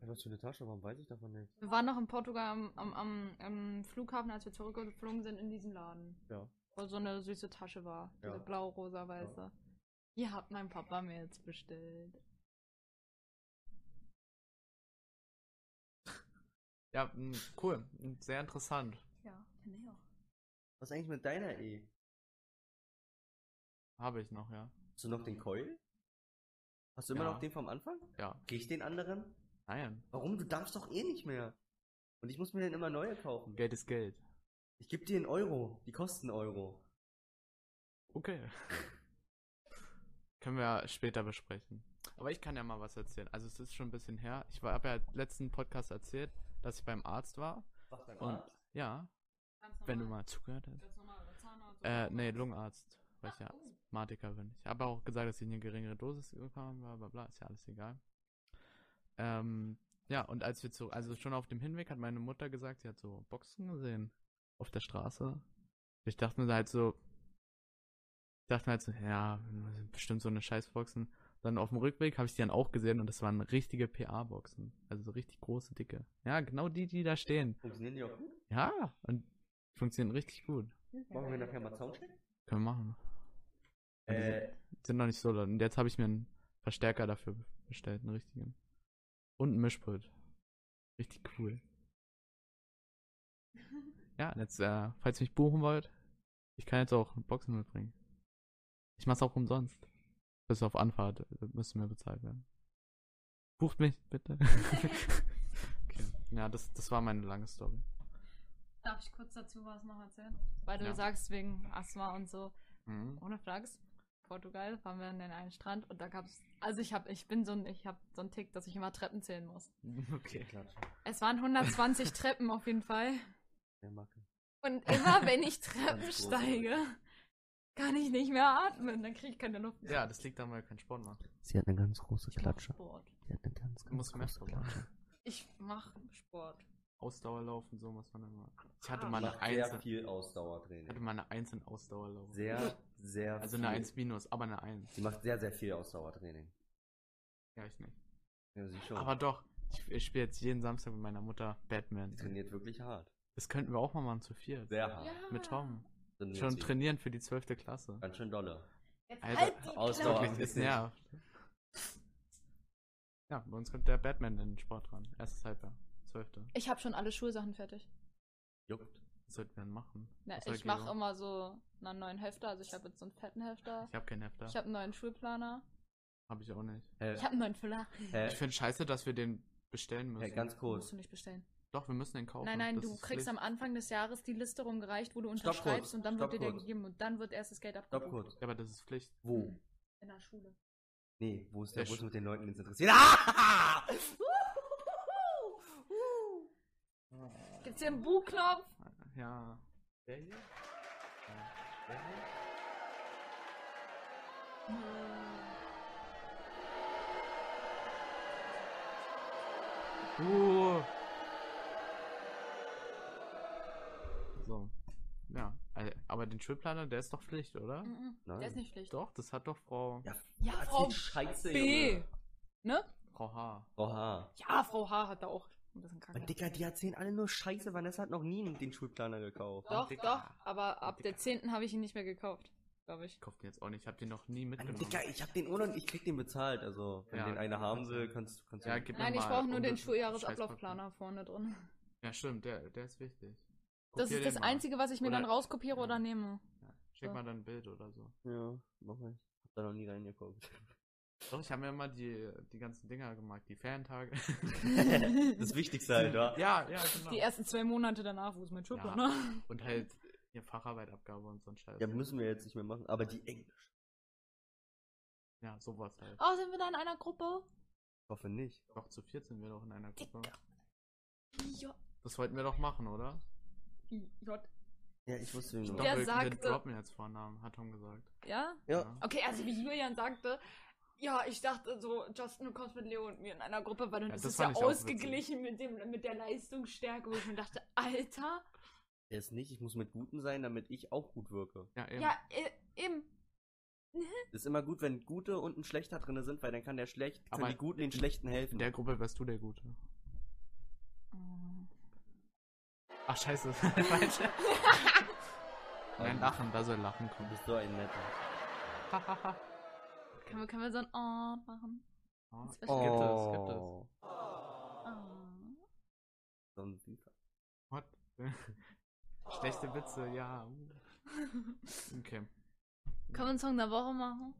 Speaker 3: Ja, was für eine Tasche, warum weiß ich davon nicht?
Speaker 2: Wir waren noch in Portugal am, am, am, am Flughafen, als wir zurückgeflogen sind, in diesem Laden.
Speaker 3: Ja.
Speaker 2: Wo so eine süße Tasche war.
Speaker 3: Ja.
Speaker 2: Diese blau-rosa-weiße. Die hat mein Papa mir jetzt bestellt.
Speaker 1: Ja, mm, cool. Mm, Sehr interessant.
Speaker 2: Ja, finde ich auch.
Speaker 3: Was ist eigentlich mit deiner E?
Speaker 1: Habe ich noch, ja.
Speaker 3: Hast du noch den Keul? Hast du immer
Speaker 1: Ja.
Speaker 3: noch den vom Anfang?
Speaker 1: Ja.
Speaker 3: Krieg ich den anderen?
Speaker 1: Nein.
Speaker 3: Warum? Du darfst doch eh nicht mehr. Und ich muss mir dann immer neue kaufen.
Speaker 1: Geld ist Geld.
Speaker 3: Ich gebe dir einen Euro. Die kosten einen Euro.
Speaker 1: Okay. Können wir später besprechen. Aber ich kann ja mal was erzählen. Also es ist schon ein bisschen her. Ich habe ja letzten Podcast erzählt, dass ich beim Arzt war.
Speaker 3: Was dein
Speaker 1: Und ja, wenn du mal zugehört hast. Äh, nee, Lungenarzt. Weil ich ja
Speaker 2: oh,
Speaker 1: Asthmatiker bin. Ich habe auch gesagt, dass ich eine geringere Dosis bekommen habe, bla bla bla, ist ja alles egal. Ähm, ja, und als wir zu, also schon auf dem Hinweg hat meine Mutter gesagt, sie hat so Boxen gesehen auf der Straße. Ich dachte mir halt so, ich dachte mir halt so, ja, bestimmt so eine Scheißboxen. Dann auf dem Rückweg habe ich die dann auch gesehen und das waren richtige PA-Boxen. Also so richtig große, dicke. Ja, genau die, die da stehen.
Speaker 3: Funktionieren die auch gut?
Speaker 1: Ja, und funktionieren richtig gut.
Speaker 3: Machen wir nachher mal Soundcheck?
Speaker 1: Können wir machen. Und die
Speaker 3: Äh,
Speaker 1: sind noch nicht so laut. Und jetzt habe ich mir einen Verstärker dafür bestellt, einen richtigen. Und ein Mischpult. Richtig cool. Ja, und jetzt, äh, falls ihr mich buchen wollt, ich kann jetzt auch Boxen mitbringen. Ich mach's auch umsonst. Bis auf Anfahrt äh, müssen wir bezahlt werden. Bucht mich, bitte. okay. Ja, das, das war meine lange Story.
Speaker 2: Darf ich kurz dazu was noch erzählen? Weil du
Speaker 1: Ja.
Speaker 2: sagst, wegen Asthma und so.
Speaker 1: Mhm.
Speaker 2: ohne Flachs, Portugal, waren wir an den einen Strand und da gab's, also ich hab, ich bin so ein, ich hab so einen Tick, dass ich immer Treppen zählen muss.
Speaker 1: Okay.
Speaker 3: Klatsch.
Speaker 2: Es
Speaker 1: *laughs*
Speaker 2: waren 120 Treppen auf jeden Fall.
Speaker 3: Der Macke.
Speaker 2: Und immer wenn ich
Speaker 3: Ganz
Speaker 2: Treppen
Speaker 3: großartig.
Speaker 2: steige, kann ich nicht mehr atmen, dann kriege ich keine Luft.
Speaker 1: Ja, das liegt daran, weil ich keinen Sport mache.
Speaker 3: Sie hat eine ganz große
Speaker 2: Ich mach Sport.
Speaker 3: Sie hat eine ganz,
Speaker 1: Muss mehr Sport machen.
Speaker 2: Ich mache Sport.
Speaker 1: Ausdauerlauf und so muss man immer. Ich hatte
Speaker 2: Ah,
Speaker 1: mal eine
Speaker 3: Macht sehr
Speaker 1: 1.
Speaker 3: viel
Speaker 1: Ich hatte
Speaker 3: Ausdauertraining.
Speaker 1: mal eine 1 in Ausdauerlauf.
Speaker 3: Sehr, sehr
Speaker 1: also
Speaker 3: viel.
Speaker 1: eine 1 minus, aber eine 1.
Speaker 3: Sie macht sehr, sehr viel Ausdauertraining.
Speaker 1: Ja, ich nicht.
Speaker 3: Ja, sie schon.
Speaker 1: Aber doch, ich, ich spiele jetzt jeden Samstag mit meiner Mutter
Speaker 3: sie
Speaker 1: Batman.
Speaker 3: trainiert wirklich hart.
Speaker 1: Das könnten wir auch mal machen zu viert.
Speaker 3: Sehr hart.
Speaker 1: Mit Tom.
Speaker 3: Trainiert
Speaker 1: Schon
Speaker 3: sie.
Speaker 1: trainieren für die 12. Klasse.
Speaker 3: Ganz schön dolle.
Speaker 2: Jetzt
Speaker 1: Also,
Speaker 2: halt die
Speaker 3: Ausdauer.
Speaker 2: Klappe.
Speaker 1: Wirklich,
Speaker 3: wirklich.
Speaker 1: es nervt. Ja, bei uns kommt der Batman in den Sport ran. Erstes Halbjahr. 12.
Speaker 2: Ich habe schon alle Schulsachen fertig.
Speaker 3: Juckt.
Speaker 1: Was sollten wir denn machen?
Speaker 2: Na,
Speaker 1: Was soll
Speaker 2: ich mache
Speaker 1: Gero?
Speaker 2: immer so einen neuen Hefter, also ich habe jetzt so einen fetten Hefter.
Speaker 1: Ich habe keinen Hefter.
Speaker 2: Ich habe einen neuen Schulplaner.
Speaker 1: Hab ich auch nicht.
Speaker 3: Hä?
Speaker 2: Ich habe einen neuen Füller.
Speaker 3: Hä?
Speaker 1: Ich finde scheiße, dass wir den bestellen müssen.
Speaker 3: Hä, ganz kurz.
Speaker 2: Musst du nicht bestellen.
Speaker 1: Doch, wir müssen den kaufen.
Speaker 2: Nein, nein,
Speaker 1: Das
Speaker 2: du
Speaker 1: ist
Speaker 2: kriegst
Speaker 1: Pflicht.
Speaker 2: am Anfang des Jahres die Liste rumgereicht, wo du
Speaker 3: Stopp
Speaker 2: unterschreibst
Speaker 3: kurz,
Speaker 2: und dann
Speaker 3: stopp
Speaker 2: wird dir der
Speaker 3: kurz.
Speaker 2: gegeben und dann wird erst das Geld
Speaker 3: Stopp
Speaker 2: abgebucht.
Speaker 3: kurz.
Speaker 1: Ja, aber das ist Pflicht.
Speaker 3: Wo?
Speaker 2: In der Schule.
Speaker 3: Nee, wo ist der,
Speaker 1: Der
Speaker 3: wo ist
Speaker 1: Hm. Sch-
Speaker 3: mit den Leuten, die es interessiert? Ah!
Speaker 2: Gibt's hier einen Buchknopf?
Speaker 1: Ja. Der hier? Ah,
Speaker 3: Hm.
Speaker 1: Uh. So. Ja, also- aber den Schulplaner, der ist doch Pflicht, oder?
Speaker 2: Mhm.
Speaker 3: Nein.
Speaker 2: Der ist nicht schlecht.
Speaker 1: Doch, das hat doch Frau,
Speaker 3: Ja,
Speaker 2: Ja,
Speaker 3: erzähl
Speaker 2: Frau
Speaker 3: Scheiße,
Speaker 2: B.
Speaker 3: Junge.
Speaker 2: Ne?
Speaker 1: Frau H.
Speaker 3: Oha.
Speaker 2: Ja, Frau H. hat da auch ein bisschen
Speaker 3: Mann,
Speaker 2: krank.
Speaker 3: Dicker, die erzählen alle nur Scheiße. Vanessa hat noch nie den Schulplaner gekauft.
Speaker 2: Doch,
Speaker 1: Dicker.
Speaker 2: doch, aber ab
Speaker 1: Dicker.
Speaker 2: der 10. habe ich ihn nicht mehr gekauft. glaube ich.
Speaker 1: Ich kauf den jetzt auch nicht. Ich habe den noch nie
Speaker 3: Mann,
Speaker 1: mitgenommen.
Speaker 3: Dicker, ich hab den ohne und ich krieg den bezahlt. Also, wenn
Speaker 1: Genau. Ja,
Speaker 3: den einer
Speaker 1: kannst
Speaker 3: haben
Speaker 1: du-
Speaker 3: will, kannst, kannst
Speaker 1: Ja, gib mir
Speaker 2: Nein, ich
Speaker 1: mal
Speaker 2: brauche nur den
Speaker 1: unnötigen
Speaker 2: Schuljahresablaufplaner vorne drin.
Speaker 1: Ja, stimmt, der, der ist wichtig.
Speaker 2: Das
Speaker 1: Kopier
Speaker 2: ist das
Speaker 1: den mal.
Speaker 2: Einzige, was ich mir
Speaker 1: Oder-
Speaker 2: dann rauskopiere
Speaker 1: ja.
Speaker 2: oder nehme.
Speaker 1: *laughs*
Speaker 2: *laughs*
Speaker 1: Ja, schick
Speaker 2: So.
Speaker 1: mal dein Bild oder so.
Speaker 3: Ja, mach ich. Hab da noch nie *laughs* reingeguckt.
Speaker 1: Doch, ich habe mir immer die, die ganzen Dinger gemacht, die Fantage.
Speaker 3: das Wichtigste halt,
Speaker 1: *laughs*
Speaker 3: ja.
Speaker 1: ja, ja, genau.
Speaker 2: Die ersten zwei Monate danach, wo ist mein Schulplaner?
Speaker 1: Und halt hier Facharbeiterabgabe und so ein Scheiß.
Speaker 3: Ja, müssen wir jetzt nicht mehr machen. Aber die Englisch.
Speaker 1: Ja, sowas halt.
Speaker 2: *laughs* Oh, sind wir da in einer Gruppe?
Speaker 3: Ich hoffe nicht.
Speaker 1: Doch zu viert sind wir doch in einer Gruppe.
Speaker 2: Dicker. J.
Speaker 1: Das wollten wir doch machen, oder?
Speaker 2: J.
Speaker 3: Ja, ich wusste
Speaker 1: Ich
Speaker 3: den
Speaker 1: glaub, wir-
Speaker 2: Der
Speaker 1: wir
Speaker 2: sagte-
Speaker 1: droppen jetzt Vornamen, hat Tom gesagt.
Speaker 2: Ja?
Speaker 3: Ja.
Speaker 2: Okay, also wie Julian sagte, ja, ich dachte so, Justin, du kommst mit Leo und mir in einer Gruppe, weil dann
Speaker 1: Ja,
Speaker 2: ist
Speaker 1: das
Speaker 2: es ja
Speaker 1: fand ich auch
Speaker 2: ausgeglichen mit, dem, mit der Leistungsstärke, wo ich mir dachte, Alter,
Speaker 3: Der ist nicht, ich muss mit Guten sein, damit ich auch gut wirke.
Speaker 1: Ja, eben.
Speaker 2: ja, e- eben.
Speaker 3: Ist immer gut, wenn Gute und ein Schlechter drinne sind, weil dann kann der Schlecht, können
Speaker 1: Aber
Speaker 3: die Guten den
Speaker 1: in-
Speaker 3: Schlechten
Speaker 1: In
Speaker 3: helfen.
Speaker 1: der Gruppe wärst du der Gute.
Speaker 2: Oh.
Speaker 1: Ach, *laughs* scheiße. Ähm. Falsch. Nein, lachen, da soll lachen
Speaker 3: Du
Speaker 1: *laughs* kommen.
Speaker 3: bist so ein netter.
Speaker 2: Können wir, können wir so ein Oh machen?
Speaker 1: Oh,
Speaker 2: Das
Speaker 1: gibt
Speaker 2: wär
Speaker 1: es,
Speaker 2: schön.
Speaker 1: gibt es.
Speaker 2: Oh. *laughs*
Speaker 3: So ein Süßer.
Speaker 1: What? Schlechte Witze, ja. Okay.
Speaker 2: Können wir einen Song der Woche machen?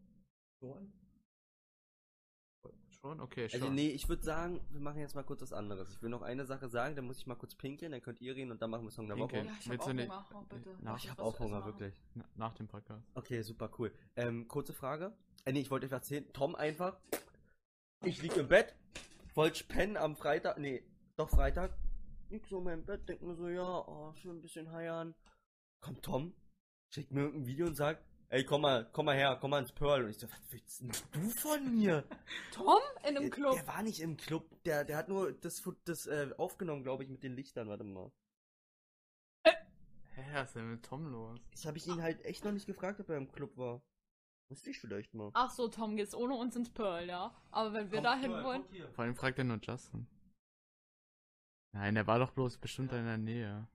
Speaker 1: Schon? Okay, schon.
Speaker 3: Also nee, ich würde sagen, wir machen jetzt mal kurz was anderes. Ich will noch eine Sache sagen, dann muss ich mal kurz pinkeln, dann könnt ihr reden und dann machen wir Song der
Speaker 1: Pinkeln.
Speaker 3: Woche.
Speaker 1: Ja, ich hab Willst auch du nicht- Hunger.
Speaker 2: Oh,
Speaker 1: bitte.
Speaker 3: Oh,
Speaker 1: Nach,
Speaker 3: ich
Speaker 2: hab
Speaker 3: habe
Speaker 2: was
Speaker 3: auch
Speaker 2: zu
Speaker 3: Hunger,
Speaker 2: essen.
Speaker 3: wirklich.
Speaker 1: na- nach dem Podcast.
Speaker 3: Okay, super cool. Ähm, kurze Frage. Äh, nee, ich wollte euch was erzählen. Tom einfach. Ich lieg im Bett, wollte pennen am Freitag. Nee, doch Freitag. Lieg so in meinem Bett, denk mir so, ja, oh, schön ein bisschen heiern. Kommt Tom, schickt mir irgendein Video und sagt, ey, komm mal, komm mal her, komm mal ins Pearl. Und ich so, was willst denn du von mir?
Speaker 2: Tom in einem
Speaker 3: Der-
Speaker 2: Club.
Speaker 3: Der war nicht *laughs* im Club, der, der hat nur das, Fu- das äh, aufgenommen, glaube ich, mit den Lichtern, warte mal.
Speaker 1: Hä, was ist denn mit Tom los?
Speaker 3: Das habe ich ihn halt echt noch nicht gefragt, ob er im Club war. Müsste ich vielleicht mal.
Speaker 2: Ach so, Tom geht's ohne uns ins Pearl, ja. Aber wenn wir dahin wollen.
Speaker 1: Vor allem fragt er nur Justin. Nein, der war doch bloß bestimmt in der Nähe.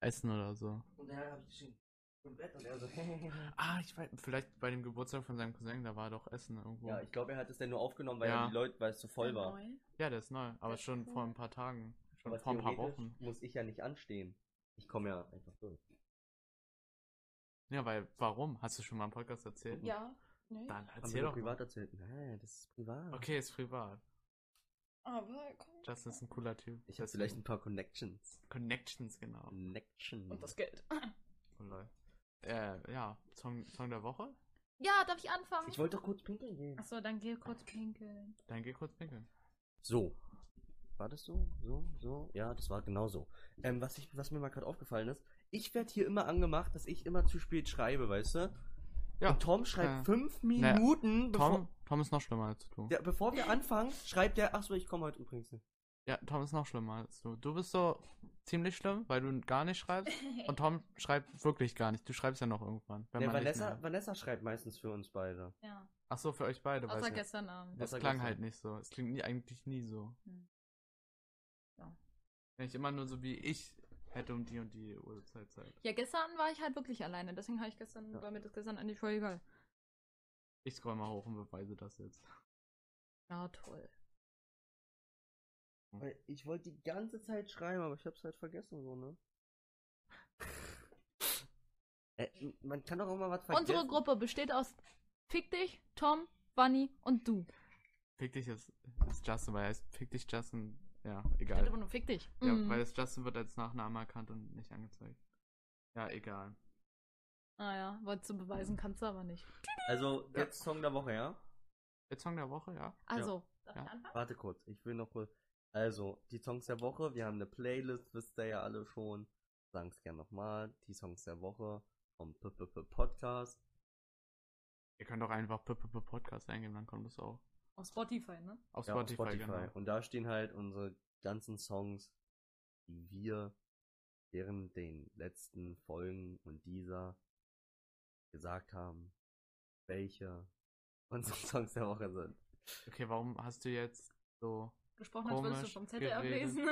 Speaker 1: Essen oder so.
Speaker 3: Und dann habe ich geschrieben, im Bett und er so, *laughs* ja,
Speaker 1: Ah, ich weiß, vielleicht bei dem Geburtstag von seinem Cousin, da war doch Essen irgendwo.
Speaker 3: ich glaube, er hat es dann nur aufgenommen, weil
Speaker 1: Ja.
Speaker 3: die Leute, weil es so voll war.
Speaker 1: Ja, der ist neu, aber
Speaker 2: Das ist
Speaker 1: schon
Speaker 2: cool.
Speaker 1: vor ein paar Tagen. Schon
Speaker 3: Aber
Speaker 1: vor ein paar
Speaker 3: theoretisch
Speaker 1: Wochen.
Speaker 3: Muss ich ja nicht anstehen. Ich komme ja einfach durch.
Speaker 1: Ja, weil, warum? Hast du schon mal im Podcast erzählt?
Speaker 2: Ja. Nee.
Speaker 1: Dann
Speaker 3: Haben wir
Speaker 1: erzähl
Speaker 3: doch
Speaker 1: doch.
Speaker 3: privat erzählt? Nein, das ist privat.
Speaker 1: mal. Okay, ist privat.
Speaker 2: Aber komm.
Speaker 1: Justin ist ein cooler Typ.
Speaker 3: Ich habe
Speaker 1: Deswegen-
Speaker 3: vielleicht ein paar Connections.
Speaker 1: Connections, genau.
Speaker 3: Connections.
Speaker 2: Und das ne? Geld. *laughs*
Speaker 1: Oh, lol. Äh, ja, Song, Song der Woche?
Speaker 2: Ja, darf ich anfangen?
Speaker 3: ich wollte doch kurz pinkeln gehen.
Speaker 2: Achso, dann geh kurz *laughs* pinkeln.
Speaker 1: Dann geh kurz pinkeln.
Speaker 3: So. War das so? So? So? Ja, das war genau so. Ähm, was, ich, was mir mal gerade aufgefallen ist, ich werde hier immer angemacht, dass ich immer zu spät schreibe, weißt du?
Speaker 1: Ja.
Speaker 3: Und Tom schreibt
Speaker 1: Äh,
Speaker 3: fünf
Speaker 1: naja,
Speaker 3: Minuten, bevor,
Speaker 1: Tom, Tom ist noch schlimmer als du.
Speaker 3: Der, bevor wir anfangen, schreibt er, achso, ich komme heute übrigens nicht.
Speaker 1: Ja, Tom ist noch schlimmer als du. Du bist so ziemlich schlimm, weil du gar nicht schreibst.
Speaker 3: *laughs*
Speaker 1: Und Tom schreibt wirklich gar nicht. Du schreibst ja noch irgendwann. Wenn
Speaker 3: Nee,
Speaker 1: man nicht
Speaker 3: Vanessa,
Speaker 1: mehr-
Speaker 3: Vanessa schreibt meistens für uns beide.
Speaker 2: *laughs* Ja.
Speaker 1: Ach so, für euch beide.
Speaker 2: Außer
Speaker 1: weiß ich.
Speaker 2: gestern Abend.
Speaker 1: Das
Speaker 3: Außer
Speaker 1: klang
Speaker 3: gestern.
Speaker 1: halt nicht so. Es klingt nie, eigentlich nie so.
Speaker 2: Hm. Ja.
Speaker 1: Wenn ich immer nur so wie ich hätte um die und die Uhrzeit Zeit.
Speaker 2: Ja, gestern war ich halt wirklich alleine, deswegen habe ich gestern,
Speaker 3: Ja.
Speaker 2: war mir das gestern eigentlich voll egal.
Speaker 1: Ich scroll mal hoch und beweise das jetzt.
Speaker 2: Ja, toll.
Speaker 3: Weil Ich wollte die ganze Zeit schreiben, aber ich hab's halt vergessen, so, *laughs* ne? äh, man kann doch auch mal was vergessen.
Speaker 2: Unsere Gruppe besteht aus Fick dich, Tom, Bunny und du.
Speaker 1: Fick dich ist, ist Justin, weil er heißt Fick dich Justin. Ja,
Speaker 2: Ich finde
Speaker 1: egal.
Speaker 2: aber nur Fick dich.
Speaker 1: Ja,
Speaker 2: Mhm.
Speaker 1: weil das Justin wird als Nachname erkannt und nicht angezeigt. Ja, egal.
Speaker 2: Ah ja, wolltest du beweisen, kannst du aber nicht.
Speaker 3: Also, jetzt Song der Woche, ja?
Speaker 1: Der Song der Woche, ja?
Speaker 2: Also, darf
Speaker 1: Ja.
Speaker 2: ich anfangen?
Speaker 3: Warte kurz, ich will noch kurz. Also, die Songs der Woche, wir haben eine Playlist, wisst ihr ja alle schon. Sang's gern nochmal. Die Songs der Woche vom P -P -P Podcast.
Speaker 1: Ihr könnt auch einfach P -P -P Podcast eingeben, dann kommt es auch.
Speaker 2: Auf Spotify, ne?
Speaker 1: Auf
Speaker 3: Ja,
Speaker 1: Spotify, genau.
Speaker 3: Und da stehen halt unsere ganzen Songs, die wir während den letzten Folgen und dieser gesagt haben, welche unsere *laughs* Songs der Woche sind.
Speaker 1: Okay, warum hast du jetzt so.
Speaker 2: Gesprochen, als würdest du
Speaker 1: Komisch
Speaker 2: vom ZDF
Speaker 1: geredet.
Speaker 2: lesen.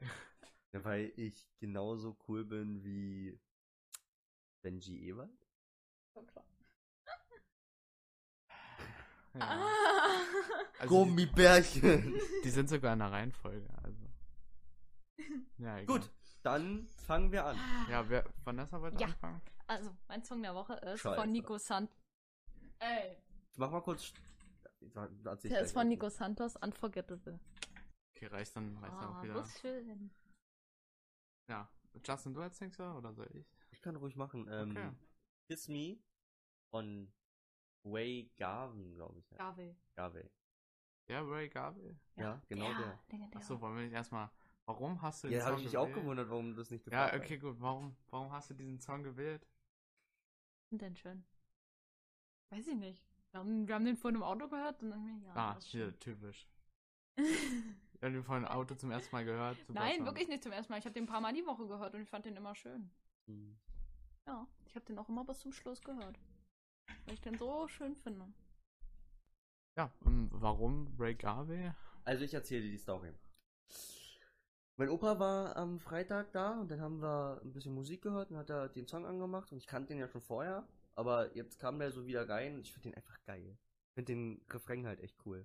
Speaker 1: *laughs*
Speaker 3: Ja, weil ich genauso cool bin wie Benji Ewald.
Speaker 2: War klar.
Speaker 1: Ja.
Speaker 2: Ah. *laughs*
Speaker 1: Also die,
Speaker 3: Gummibärchen.
Speaker 1: die sind sogar in der Reihenfolge,
Speaker 2: *laughs*
Speaker 1: also. Ja, egal.
Speaker 3: *laughs* Gut, dann fangen wir an.
Speaker 1: Ja, wer, Vanessa wollte
Speaker 2: Ja.
Speaker 1: anfangen?
Speaker 2: Also, mein Song der Woche ist
Speaker 3: Scheiße.
Speaker 2: von Nico Sant. Ey,
Speaker 3: Ich mach mal kurz. St- Ich war- erzähl
Speaker 2: der
Speaker 3: gleich
Speaker 2: ist von
Speaker 3: weiter.
Speaker 2: Nico Santos, Unforgettable.
Speaker 1: Okay, reicht dann, reicht dann
Speaker 2: Ah,
Speaker 1: auch
Speaker 2: so
Speaker 1: wieder.
Speaker 2: schön.
Speaker 1: Ja. Justin, du erzählst ja oder soll ich?
Speaker 3: Ich kann ruhig machen. Ähm,
Speaker 1: Okay.
Speaker 3: Kiss Me von Way Garvin, glaube ich. Ja.
Speaker 2: Gavel.
Speaker 3: Garvey.
Speaker 1: Ja, Ray Garvey.
Speaker 3: Ja, genau der.
Speaker 2: legendär.
Speaker 1: Achso, wollen wir nicht erstmal. Warum hast du
Speaker 3: Ja, da habe ich mich auch
Speaker 1: gewählt?
Speaker 3: gewundert, warum du das nicht gefragt
Speaker 1: Ja, okay, gut. Warum, warum hast du diesen Song gewählt?
Speaker 2: Und denn schön. Weiß ich nicht. Wir haben, wir haben den vorhin im Auto gehört und dann ja.
Speaker 1: Ah,
Speaker 2: das ist
Speaker 1: hier,
Speaker 2: schön.
Speaker 1: typisch. Ich habe den vorhin im Auto zum ersten Mal gehört. super
Speaker 2: *laughs* Nein,
Speaker 1: Song.
Speaker 2: wirklich nicht zum ersten Mal. Ich habe den ein paar Mal die Woche gehört und ich fand den immer schön.
Speaker 3: Hm.
Speaker 2: Ja, ich habe den auch immer bis zum Schluss gehört. Weil ich den so schön finde.
Speaker 1: Ja, und warum Ray Garvey?
Speaker 3: Also ich erzähle dir die Story. Mein Opa war am Freitag da und dann haben wir ein bisschen Musik gehört und hat da den Song angemacht und ich kannte den ja schon vorher, aber jetzt kam der so wieder rein und ich finde den einfach geil. Ich finde den Refrain halt echt cool.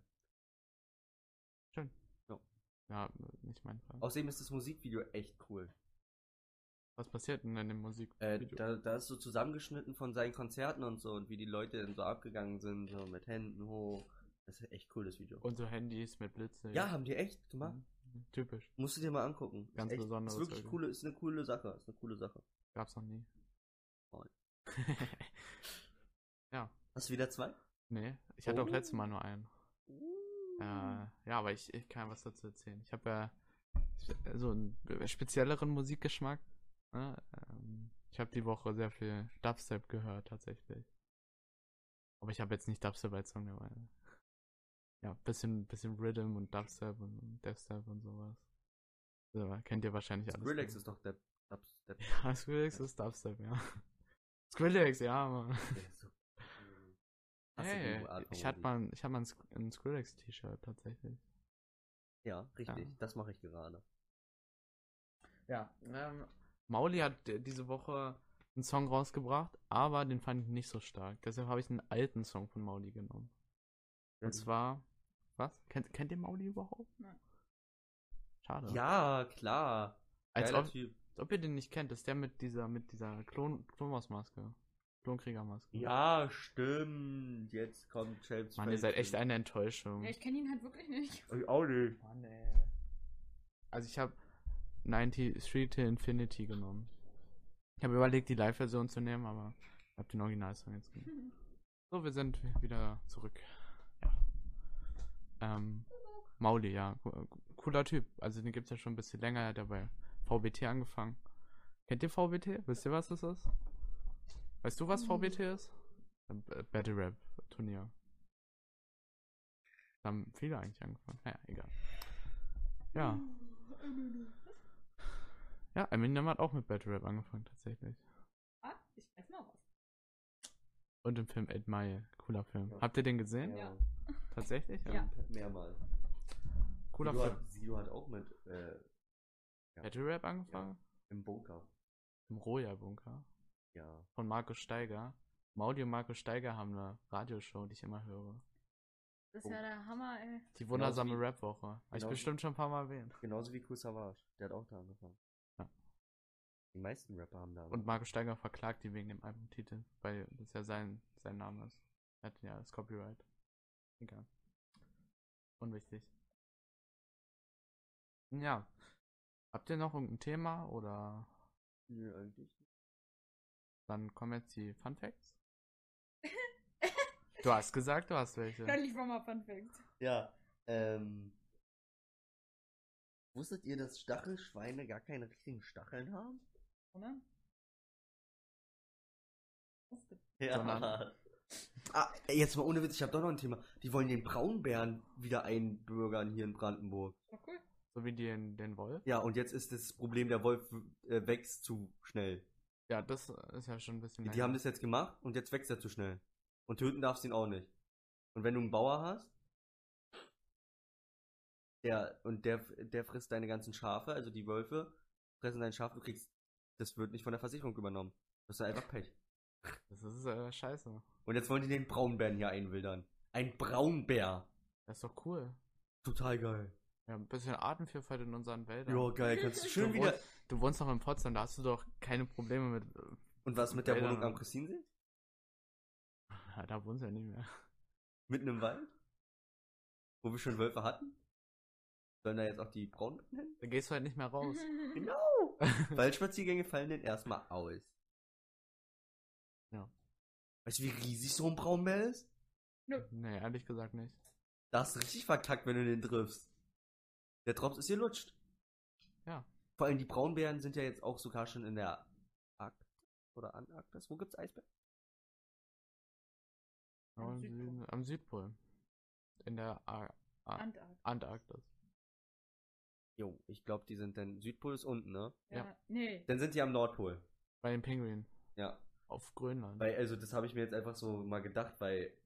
Speaker 1: Ja, nicht mein Fall.
Speaker 3: Außerdem ist das Musikvideo echt cool.
Speaker 1: Was passiert denn in dem Musik?
Speaker 3: Äh, da, da ist so zusammengeschnitten von seinen Konzerten und so und wie die Leute dann so abgegangen sind, so mit Händen hoch. Das ist echt cooles Video.
Speaker 1: Und so Handys mit Blitze.
Speaker 3: ja, haben die echt gemacht.
Speaker 1: Mhm. Typisch.
Speaker 3: Musst du dir mal angucken.
Speaker 1: Ganz
Speaker 3: ist echt,
Speaker 1: besonderes
Speaker 3: Ist wirklich
Speaker 1: Video.
Speaker 3: coole, ist eine coole Sache. Ist eine coole Sache.
Speaker 1: Gab's noch nie.
Speaker 3: Moin.
Speaker 1: *laughs* ja,
Speaker 3: Hast du wieder zwei?
Speaker 1: nee. Ich hatte auch
Speaker 3: Oh.
Speaker 1: letztes Mal nur einen. Äh, ja, aber ich, ich kann was dazu erzählen. Ich habe ja so einen spezielleren Musikgeschmack. Ne? Ähm, ich habe die Woche sehr viel Dubstep gehört, tatsächlich. Aber ich habe jetzt nicht Dubstep als Song dabei. Ja, bisschen, bisschen Rhythm und Dubstep und, und Deathstep und sowas. So, kennt ihr wahrscheinlich alles.
Speaker 3: Relax ist doch der Dubstep.
Speaker 1: *laughs* Ja, Skrillex ist Dubstep, ja. Skrillex, ja, Mann.
Speaker 3: Der ist so-
Speaker 1: *laughs*
Speaker 3: Hast du
Speaker 1: Hey,
Speaker 3: die Art von
Speaker 1: ich hatte
Speaker 3: Musik?
Speaker 1: mal, ein- ich hab mal ein, Sk- ein Skrillex-T-Shirt tatsächlich.
Speaker 3: Ja, richtig.
Speaker 1: Ja.
Speaker 3: Das mache ich gerade.
Speaker 1: Ja.
Speaker 3: Ähm,
Speaker 1: Mauli hat äh, diese Woche einen Song rausgebracht, aber den fand ich nicht so stark. Deshalb habe ich einen alten Song von Mauli genommen.
Speaker 3: Mhm.
Speaker 1: Und zwar. Was? Kennt, kennt ihr Mauli überhaupt?
Speaker 2: Nein.
Speaker 1: Schade.
Speaker 3: Ja, klar.
Speaker 1: als,
Speaker 3: Geiler
Speaker 1: ob,
Speaker 3: Typ.
Speaker 1: als ob ihr den nicht kennt, ist der mit dieser, mit dieser Klon, Klonmaske. Klonkriegermaske.
Speaker 3: Ja, stimmt. Jetzt kommt James
Speaker 1: Mann, ihr seid echt
Speaker 3: ein.
Speaker 1: eine Enttäuschung.
Speaker 2: Ja, ich kenne ihn halt wirklich nicht.
Speaker 3: Ich auch nicht.
Speaker 1: Mann, ey. Also ich habe 90 Street to Infinity genommen. Ich habe überlegt, die Live-Version zu nehmen, aber ich habe den Originalsong jetzt genommen. So, wir sind wieder zurück. Ja. Ähm, Mauli, ja. co- Cooler Typ. Also den gibt's ja schon ein bisschen länger. Er hat ja bei VBT angefangen. Kennt ihr VBT? Wisst ihr, was das ist? Weißt du, was
Speaker 2: Nee.
Speaker 1: VBT ist? Ähm, B- Battle Rap Turnier. Da haben viele eigentlich angefangen. Naja, egal. Ja. Ja, Eminem hat auch mit Battle Rap angefangen, tatsächlich.
Speaker 2: *laughs* Ah, ich weiß mal was.
Speaker 1: Und im Film 8 Mile. Cooler Film.
Speaker 3: Ja.
Speaker 1: Habt ihr den gesehen?
Speaker 2: Ja.
Speaker 1: Tatsächlich?
Speaker 2: Ja.
Speaker 3: Mehrmals.
Speaker 1: Cooler
Speaker 3: Sido
Speaker 1: Film.
Speaker 3: hat, Sido hat auch mit äh,
Speaker 1: Battle Rap angefangen?
Speaker 3: im Bunker.
Speaker 1: Im Roja-Bunker.
Speaker 3: Ja.
Speaker 1: Von Markus Steiger. Maudi und Markus Steiger haben eine Radioshow, die ich immer höre.
Speaker 2: Das
Speaker 1: Oh.
Speaker 2: ist ja der Hammer, ey.
Speaker 1: Die wundersame
Speaker 3: Genau wie- genau
Speaker 1: Rap-Woche. Habe ich
Speaker 3: genauso-
Speaker 1: bestimmt schon ein paar Mal erwähnt.
Speaker 3: Genauso wie Kusavage. Der hat auch da angefangen.
Speaker 1: Ja.
Speaker 3: Die meisten Rapper haben da
Speaker 1: Und
Speaker 3: angefangen.
Speaker 1: Markus Steiger verklagt die wegen dem Albumtitel, weil das ja sein, sein Name ist. Er hat ja das Copyright. Egal. Unwichtig. Ja. Habt ihr noch irgendein Thema oder
Speaker 3: Nö, eigentlich.
Speaker 1: dann kommen jetzt die Fun Facts? Du hast gesagt, du hast welche.
Speaker 2: Dann lief mal Funfact.
Speaker 3: Ja, ähm. Wusstet ihr, dass Stachelschweine gar keine richtigen Stacheln haben?
Speaker 2: Oder?
Speaker 1: Sondern-
Speaker 3: Ah, ey, jetzt mal ohne Witz, ich habe doch noch ein Thema. Die wollen den Braunbären wieder einbürgern hier in Brandenburg.
Speaker 2: War cool.
Speaker 1: So wie den, den Wolf.
Speaker 3: Ja, und jetzt ist das Problem, der Wolf äh, wächst zu schnell.
Speaker 1: Ja, das ist ja schon ein bisschen
Speaker 3: Die, die haben das jetzt gemacht und jetzt wächst er zu schnell. Und töten darfst du ihn auch nicht. Und wenn du einen Bauer hast, der, und der, der frisst deine ganzen Schafe, also die Wölfe, fressen dein Schaf, du kriegst, das wird nicht von der Versicherung übernommen. Das ist einfach Pech.
Speaker 1: Das ist äh, scheiße.
Speaker 3: Und jetzt wollen die den Braunbären hier einwildern. Ein Braunbär.
Speaker 1: Das ist doch cool.
Speaker 3: Total geil.
Speaker 1: Wir haben ein bisschen Artenvielfalt in unseren Wäldern.
Speaker 3: Ja, geil. Kannst du *laughs* schön
Speaker 1: du,
Speaker 3: wieder.
Speaker 1: Wohnst, du wohnst doch in Potsdam, da hast du doch keine Probleme mit. äh,
Speaker 3: Und was mit der
Speaker 1: Wäldern
Speaker 3: Wohnung am
Speaker 1: und-
Speaker 3: Christinsee?
Speaker 1: Ja, da wohnst du ja nicht mehr.
Speaker 3: Mitten im Wald? Wo wir schon Wölfe hatten? Sollen da jetzt auch die Braunbären hin?
Speaker 1: Da gehst du halt nicht mehr
Speaker 2: *laughs*
Speaker 1: raus.
Speaker 3: Genau. Waldspaziergänge fallen denn erstmal aus.
Speaker 1: Ja.
Speaker 3: Weißt du, wie riesig so ein Braunbär ist?
Speaker 1: *laughs* nee, ehrlich gesagt nicht.
Speaker 3: Da hast du richtig verkackt, wenn du den triffst. Der Drops ist gelutscht.
Speaker 1: Ja.
Speaker 3: Vor allem die Braunbären sind ja jetzt auch sogar schon in der Arktis oder Antarktis. Wo gibt's Eisbären?
Speaker 1: Ja, Im
Speaker 2: Am Südpol.
Speaker 1: Süden, am Südpol. In der Ar Ah.
Speaker 2: Antarktis.
Speaker 1: Antarktis.
Speaker 3: Jo, ich glaube, die sind dann Südpol ist unten, ne?
Speaker 1: Ja.
Speaker 2: Nee.
Speaker 3: Dann sind die am Nordpol.
Speaker 1: Bei den Pinguinen.
Speaker 3: Ja.
Speaker 1: Auf Grönland.
Speaker 3: Weil, also das habe ich mir jetzt einfach so mal gedacht, weil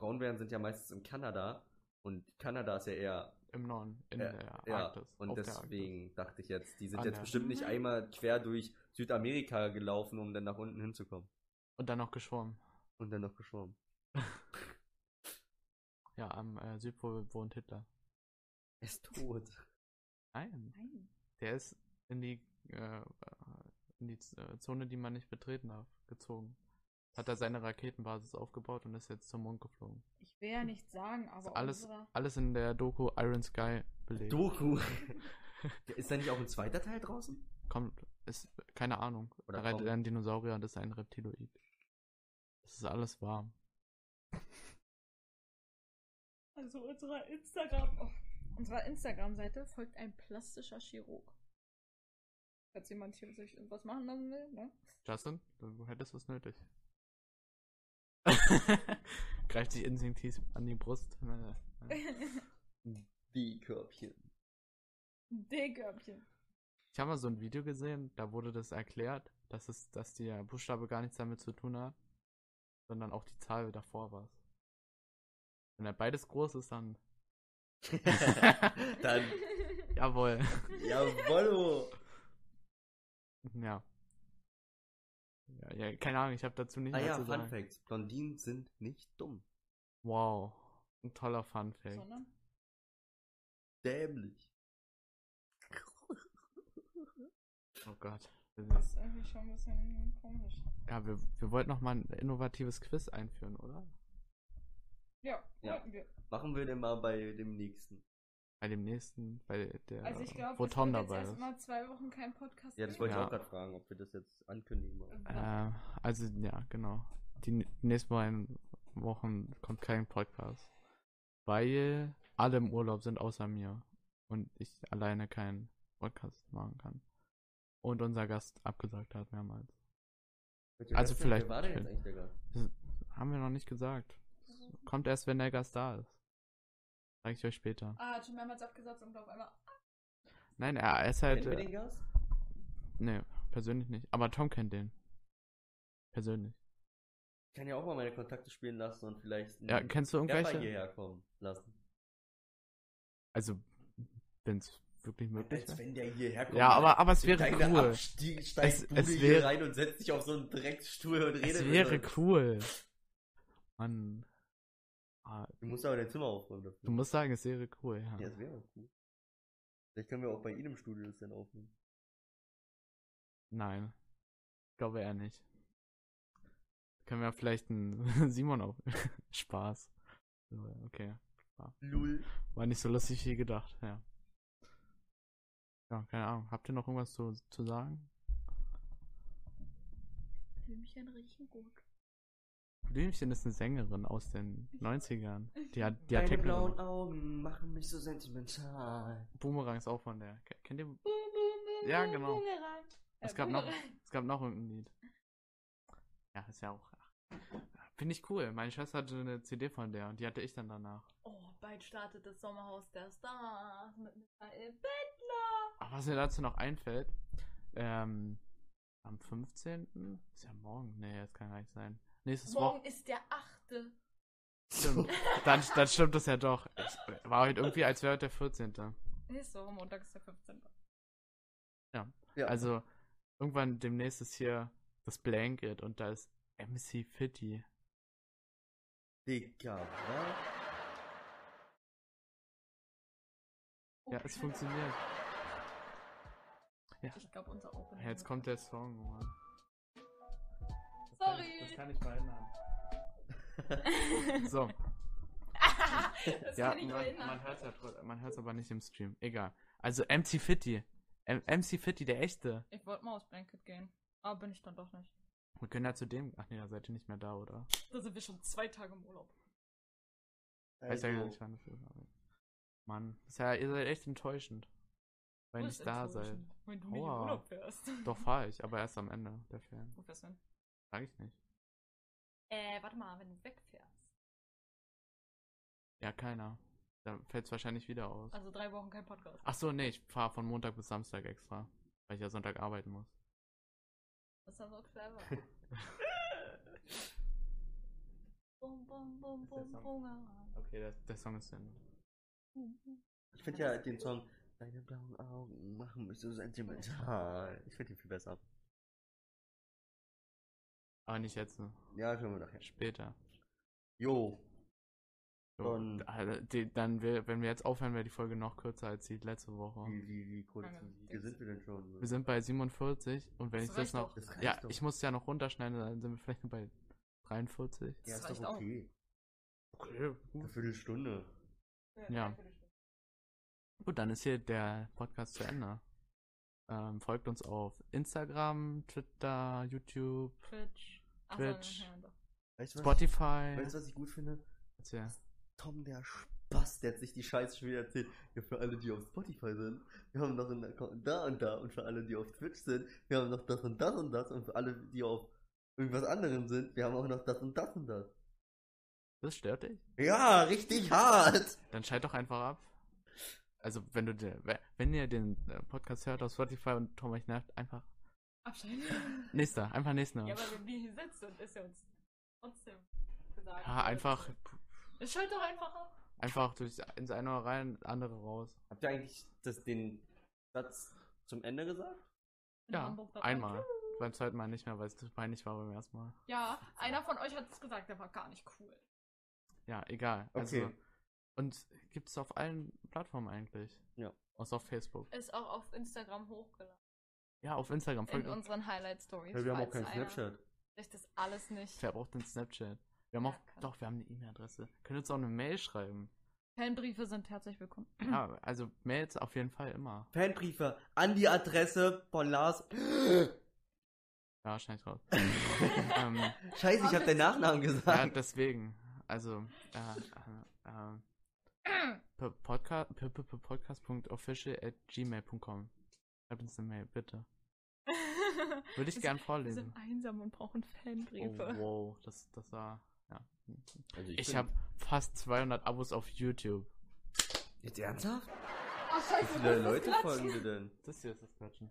Speaker 3: Braunbären sind ja meistens in Kanada und Kanada ist ja eher
Speaker 1: Im Norden. In
Speaker 3: Ja,
Speaker 1: der
Speaker 3: Ja,
Speaker 1: Arktis.
Speaker 3: und
Speaker 1: auf der
Speaker 3: deswegen dachte ich jetzt, die sind
Speaker 1: Ah,
Speaker 3: jetzt
Speaker 1: ja.
Speaker 3: bestimmt nicht
Speaker 2: Mhm.
Speaker 3: einmal quer durch Südamerika gelaufen, um dann nach unten hinzukommen.
Speaker 1: Arktis. Und dann noch geschwommen.
Speaker 3: Und dann noch geschwommen.
Speaker 1: Ja, am äh, Südpol wohnt Hitler.
Speaker 3: Er ist tot.
Speaker 1: Nein.
Speaker 2: Nein.
Speaker 1: Der ist in die, äh, in die Z- äh, Zone, die man nicht betreten darf, gezogen. Hat er seine Raketenbasis aufgebaut und ist jetzt zum Mond geflogen.
Speaker 2: Ich will ja nichts sagen, aber
Speaker 1: alles-
Speaker 2: unsere...
Speaker 1: Alles in der Doku Iron Sky belegt. *laughs*
Speaker 3: Doku. ist da nicht auch ein zweiter Teil draußen?
Speaker 1: Kommt, ist, keine Ahnung.
Speaker 3: Oder
Speaker 1: da reitet
Speaker 3: kommt.
Speaker 1: er ein Dinosaurier und ist ein Reptiloid. Das ist alles warm.
Speaker 2: Also unserer Instagram... Oh, unserer Instagram-Seite folgt ein plastischer Chirurg. Falls jemand hier sich irgendwas machen lassen will, ne? *laughs*
Speaker 1: Justin, du hättest was nötig.
Speaker 3: *laughs*
Speaker 1: Greift sich instinktiv an die Brust. Ne, ne.
Speaker 3: Die Körbchen.
Speaker 2: D-Körbchen.
Speaker 1: Ich habe mal so ein Video gesehen, da wurde das erklärt, dass es, dass der Buchstabe gar nichts damit zu tun hat, sondern auch die Zahl davor war. Wenn er beides groß ist,
Speaker 3: *laughs*
Speaker 1: dann
Speaker 3: *laughs*
Speaker 1: *laughs*
Speaker 2: *laughs*
Speaker 3: dann,
Speaker 1: jawohl.
Speaker 3: jawollo.
Speaker 1: ja. ja. Ja, keine Ahnung, ich habe dazu nicht
Speaker 3: Ah
Speaker 1: mehr
Speaker 3: ja,
Speaker 1: zu
Speaker 3: Fun
Speaker 1: sagen.
Speaker 3: Facts. Blondinen sind nicht dumm.
Speaker 1: Wow, ein toller Fun Fact.
Speaker 2: Sondern...
Speaker 3: Dämlich.
Speaker 1: Oh Gott.
Speaker 2: Das ist irgendwie schon ein bisschen komisch.
Speaker 1: Ja, wir, wir wollten noch mal ein innovatives Quiz einführen, oder?
Speaker 2: Ja,
Speaker 3: Ja.
Speaker 2: wollten wir.
Speaker 3: Machen wir denn mal bei dem nächsten.
Speaker 1: Bei dem nächsten, bei der,
Speaker 2: Also ich glaube,
Speaker 1: wo
Speaker 2: es
Speaker 1: Tom
Speaker 2: wird jetzt
Speaker 1: dabei ist.
Speaker 2: erstmal zwei Wochen kein Podcast
Speaker 3: Ja, das wollte
Speaker 1: Ja.
Speaker 3: ich auch gerade fragen, ob wir das jetzt ankündigen wollen.
Speaker 1: Äh, also, ja, genau. Die n- nächsten beiden Wochen kommt kein Podcast. Weil alle im Urlaub sind außer mir. Und ich alleine keinen Podcast machen kann. Und unser Gast abgesagt hat mehrmals.
Speaker 3: Welcher
Speaker 1: Also
Speaker 3: Gast-
Speaker 1: vielleicht- Äh,
Speaker 3: Wer war denn jetzt eigentlich der Gast?
Speaker 1: Haben wir noch nicht gesagt.
Speaker 2: Mhm.
Speaker 1: Kommt erst, wenn der Gast da ist. Sag ich euch später.
Speaker 2: Ah, hat schon mehrmals abgesagt und auf einmal.
Speaker 1: Nein, er er ist halt.
Speaker 3: Kennen wir
Speaker 1: äh,
Speaker 3: den Gast?
Speaker 1: Nee, persönlich nicht. Aber Tom kennt den. Persönlich.
Speaker 3: Ich kann ja auch mal meine Kontakte spielen lassen und vielleicht einen
Speaker 1: Ja, kennst du
Speaker 3: Rapper
Speaker 1: irgendwelche?
Speaker 3: hierher kommen lassen.
Speaker 1: Also, wenn es wirklich ne? möglich wäre.
Speaker 3: Als wenn der hierher kommt. ne?
Speaker 1: Ja, aber, aber es wäre
Speaker 3: Deine
Speaker 1: cool.
Speaker 3: Abstieg steigt
Speaker 1: Es-
Speaker 3: Bude
Speaker 1: es
Speaker 3: hier
Speaker 1: wäre-
Speaker 3: rein und setzt dich auf so einen Drecksstuhl und redet.
Speaker 1: Es
Speaker 3: mit
Speaker 1: wäre
Speaker 3: uns.
Speaker 1: cool. Mann. Ah,
Speaker 3: Du musst aber dein Zimmer aufräumen
Speaker 1: du
Speaker 3: dafür.
Speaker 1: musst sagen, es wäre cool, ja.
Speaker 3: Ja, es wäre cool. Vielleicht können wir auch bei ihm im Studio das dann aufnehmen.
Speaker 1: Nein. Ich glaube eher nicht. Können wir vielleicht einen *laughs* Simon auf. Spaß. So, Okay.
Speaker 3: Lul.
Speaker 1: War nicht so lustig wie gedacht, ja. Ja, keine Ahnung. Habt ihr noch irgendwas zu, zu sagen?
Speaker 2: Blümchen riechen gut.
Speaker 1: Blümchen ist eine Sängerin aus den 90ern. Die hat, die hat
Speaker 3: Deine
Speaker 1: Techno
Speaker 3: blauen
Speaker 1: gemacht.
Speaker 3: Augen machen mich so sentimental.
Speaker 1: Boomerang ist auch von der. Ke- Kennt ihr? Ja, genau.
Speaker 2: Boomerang.
Speaker 1: Es gab noch- Es gab noch irgendein Lied. Ja, ist ja auch. Finde ich cool. Meine Schwester hatte eine CD von der und die hatte ich dann danach.
Speaker 2: Oh, bald startet das Sommerhaus der Stars mit Michael Bettler.
Speaker 1: Aber was mir dazu noch einfällt, ähm, am 15. ist ja morgen. Nee, das kann gar nicht sein. Nächstes
Speaker 2: Morgen
Speaker 1: Wochenende.
Speaker 2: ist der 8.
Speaker 1: Stimmt. Dann, dann stimmt das ja doch. Ich war heute irgendwie, als wäre heute der 14.
Speaker 2: Ist so, Montag ist der 15.
Speaker 3: Ja.
Speaker 1: Also irgendwann demnächst ist hier das Blanket und da ist MC Fitty.
Speaker 3: Digga, was?
Speaker 1: Ja, es funktioniert.
Speaker 2: Ich glaube, unser Open.
Speaker 1: Ja, jetzt
Speaker 2: *laughs*
Speaker 1: kommt der Song, Mann. Das
Speaker 2: kann ich- Sorry. das
Speaker 1: kann ich verändern. So,
Speaker 2: das
Speaker 1: ja,
Speaker 2: kann ich
Speaker 1: man,
Speaker 2: verhindern.
Speaker 1: man hört es aber nicht im Stream. Egal. Also MC Fitty. M MC Fitty, der echte.
Speaker 2: Ich wollte mal aus Blanket gehen. Aber bin ich dann doch nicht.
Speaker 1: Wir können ja zu dem. Ach nee, da seid ihr nicht mehr da, oder?
Speaker 2: Da sind wir schon zwei Tage im Urlaub.
Speaker 1: Weiß ja gar
Speaker 3: Also,
Speaker 1: nicht, wann das ist, aber- Mann, ist ja, ihr seid echt enttäuschend. Weil ihr
Speaker 2: Das ist
Speaker 1: nicht da seid.
Speaker 2: enttäuschend, Wenn du nicht im
Speaker 1: Aua.
Speaker 2: Urlaub wärst. *laughs*
Speaker 1: Doch fahr ich, aber erst am Ende der Ferien.
Speaker 2: Wo fährst du hin?
Speaker 1: Sag ich nicht.
Speaker 2: Äh, warte mal, wenn du wegfährst.
Speaker 1: Ja, keiner. Dann fällt's wahrscheinlich wieder aus.
Speaker 2: Also drei Wochen kein Podcast.
Speaker 1: Ach so, nee, ich fahre von Montag bis Samstag extra. Weil ich ja Sonntag arbeiten muss.
Speaker 2: Das ist ja so
Speaker 1: *laughs*
Speaker 2: clever. bum, bum, bum,
Speaker 1: Das ist
Speaker 2: bum,
Speaker 1: der Song.
Speaker 2: bum,
Speaker 1: Okay, der, der Song ist zu Ende.
Speaker 2: bum.
Speaker 3: ich finde ja den Song Deine blauen Augen machen mich so sentimental. Ich finde ihn viel besser.
Speaker 1: Aber nicht jetzt, ne?
Speaker 3: Ja, können wir nachher.
Speaker 1: Später.
Speaker 3: Jo,
Speaker 1: So,
Speaker 3: Und-
Speaker 1: also, die, dann, wär, wenn wir jetzt aufhören, wäre die Folge noch kürzer als die letzte Woche.
Speaker 3: wie, wie, wie kurz
Speaker 2: Lange.
Speaker 3: wie sind wir denn schon?
Speaker 1: Wir sind bei 47 und wenn
Speaker 2: Das
Speaker 1: ich das
Speaker 2: reicht
Speaker 1: noch.
Speaker 2: doch.
Speaker 3: das reicht
Speaker 1: Ja,
Speaker 3: doch.
Speaker 1: ich muss ja noch runterschneiden, dann sind wir vielleicht nur bei 43.
Speaker 3: ja,
Speaker 2: das
Speaker 3: ist
Speaker 2: reicht
Speaker 3: doch
Speaker 2: auch.
Speaker 3: okay.
Speaker 1: Okay.
Speaker 3: Eine Viertelstunde.
Speaker 1: Ja. Gut, dann ist hier der Podcast zu Ende. Ähm, folgt uns auf Instagram, Twitter, YouTube,
Speaker 2: Twitch. Ach,
Speaker 1: Twitch.
Speaker 2: nein, nein,
Speaker 3: Weißt du, was
Speaker 1: Spotify.
Speaker 3: Ich, weißt du, was ich gut finde?
Speaker 1: Erzähl.
Speaker 3: Tom, der Spaß, der hat sich die Scheiße schon wieder erzählt. Ja, für alle, die auf Spotify sind, wir haben noch in der, da und da. Und für alle, die auf Twitch sind, wir haben noch das und das und das. Und für alle, die auf irgendwas anderem sind, wir haben auch noch das und das und das.
Speaker 1: Das stört dich?
Speaker 3: Ja, richtig hart.
Speaker 1: Dann schalt doch einfach ab. Also, wenn du dir- wenn ihr den äh, Podcast hört auf Spotify und Tom euch nervt, einfach
Speaker 2: Abschalten.
Speaker 1: nächster, einfach nächster.
Speaker 2: Ja,
Speaker 1: Ja,
Speaker 2: aber wenn wir hier sitzen, ist ja uns trotzdem gesagt.
Speaker 1: einfach,
Speaker 2: Es schalt doch einfach ab.
Speaker 1: einfach durch ins eine Ohr rein, ins andere raus.
Speaker 3: Habt ihr eigentlich das, den Satz zum Ende gesagt?
Speaker 2: In
Speaker 1: Ja,
Speaker 2: Hamburg dabei.
Speaker 1: einmal. Beim zweiten Mal nicht mehr, weil es zu peinlich war beim ersten Mal.
Speaker 2: Ja, einer von euch hat es gesagt, der war gar nicht cool.
Speaker 1: Ja, egal. Also,
Speaker 3: Okay.
Speaker 1: und gibt es auf allen Plattformen eigentlich.
Speaker 3: Ja.
Speaker 1: Außer auf Facebook.
Speaker 2: Ist auch auf Instagram hochgeladen.
Speaker 1: Ja, auf Instagram.
Speaker 2: In
Speaker 1: Folgt uns.
Speaker 2: unseren Highlight-Stories.
Speaker 3: Ja, wir haben auch
Speaker 2: falls
Speaker 3: keinen
Speaker 2: einer
Speaker 3: Snapchat.
Speaker 2: Sich das alles nicht.
Speaker 1: Wer braucht denn Snapchat? Wir haben
Speaker 2: Ja,
Speaker 1: auch,
Speaker 2: kann.
Speaker 1: doch, wir haben eine E-Mail-Adresse. Könnt uns auch eine Mail schreiben.
Speaker 2: Fanbriefe sind herzlich willkommen. *laughs* *clears throat*
Speaker 1: ja, also Mails auf jeden Fall immer.
Speaker 3: Fanbriefe an die Adresse von Lars. *gasps*
Speaker 1: Ja, schneid
Speaker 2: *laughs*
Speaker 1: raus. ähm,
Speaker 3: Scheiße, ich habe deinen Nachnamen
Speaker 1: ja,
Speaker 3: gesagt.
Speaker 1: deswegen. Also, äh, äh, äh,
Speaker 2: *clears throat*
Speaker 1: p- podca- p- p- p- podcast.official.gmail.com. Schreibt uns eine Mail, bitte. Würde ich
Speaker 2: Wir
Speaker 1: gern
Speaker 2: sind- Wir
Speaker 1: vorlesen.
Speaker 2: sind einsam und brauchen
Speaker 1: Oh,
Speaker 2: Fanbriefe.
Speaker 1: wow, das, das war. Ja.
Speaker 3: Also
Speaker 1: Ich
Speaker 3: bin-
Speaker 1: habe fast 200 Abos auf YouTube.
Speaker 3: Jetzt ernsthaft?
Speaker 1: Oh.
Speaker 2: Ach,
Speaker 3: Wie
Speaker 2: scheiße, das
Speaker 3: viele
Speaker 2: ist
Speaker 3: Leute
Speaker 2: Klatschen.
Speaker 3: folgen dir denn?
Speaker 1: Das hier ist das Quatschen.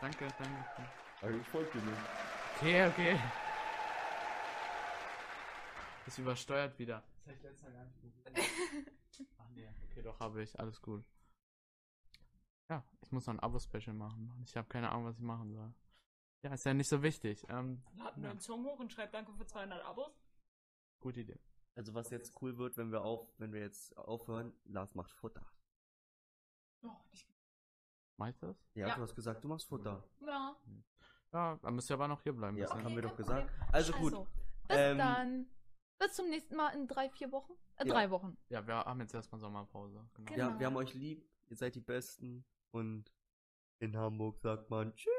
Speaker 1: Danke, danke.
Speaker 3: Also ich folge dir nicht.
Speaker 1: Okay, okay. Das übersteuert wieder. Das habe ich letztes Mal gar nicht gesehen. Ach nee, okay, doch habe ich. Alles gut. Ja, ich muss noch ein Abo-Special machen. Mann. Ich habe keine Ahnung, was ich machen soll. Ja, ist ja nicht so wichtig. Ähm,
Speaker 2: Laden wir einen Song hoch und schreibt Danke für 200 Abos.
Speaker 1: gute Idee.
Speaker 3: Also was jetzt cool wird, wenn wir auf, wenn wir jetzt aufhören, Lars macht Futter.
Speaker 2: Oh, ich,
Speaker 1: Mach ich das?
Speaker 3: Ja,
Speaker 2: Ja.
Speaker 3: du hast gesagt, du machst Futter.
Speaker 2: ja.
Speaker 1: Ja, dann müsst ihr aber noch hier bleiben.
Speaker 3: Ja,
Speaker 2: Okay, genau.
Speaker 3: haben wir doch
Speaker 2: kein
Speaker 3: gesagt. Also gut,
Speaker 2: bis
Speaker 3: ähm,
Speaker 2: dann. Bis zum nächsten Mal in drei, vier Wochen. Äh,
Speaker 3: Ja.
Speaker 2: drei Wochen.
Speaker 1: ja wir haben jetzt erstmal Sommerpause. Genau.
Speaker 3: ja, wir haben euch lieb, ihr seid die Besten und in Hamburg sagt man Tschüss.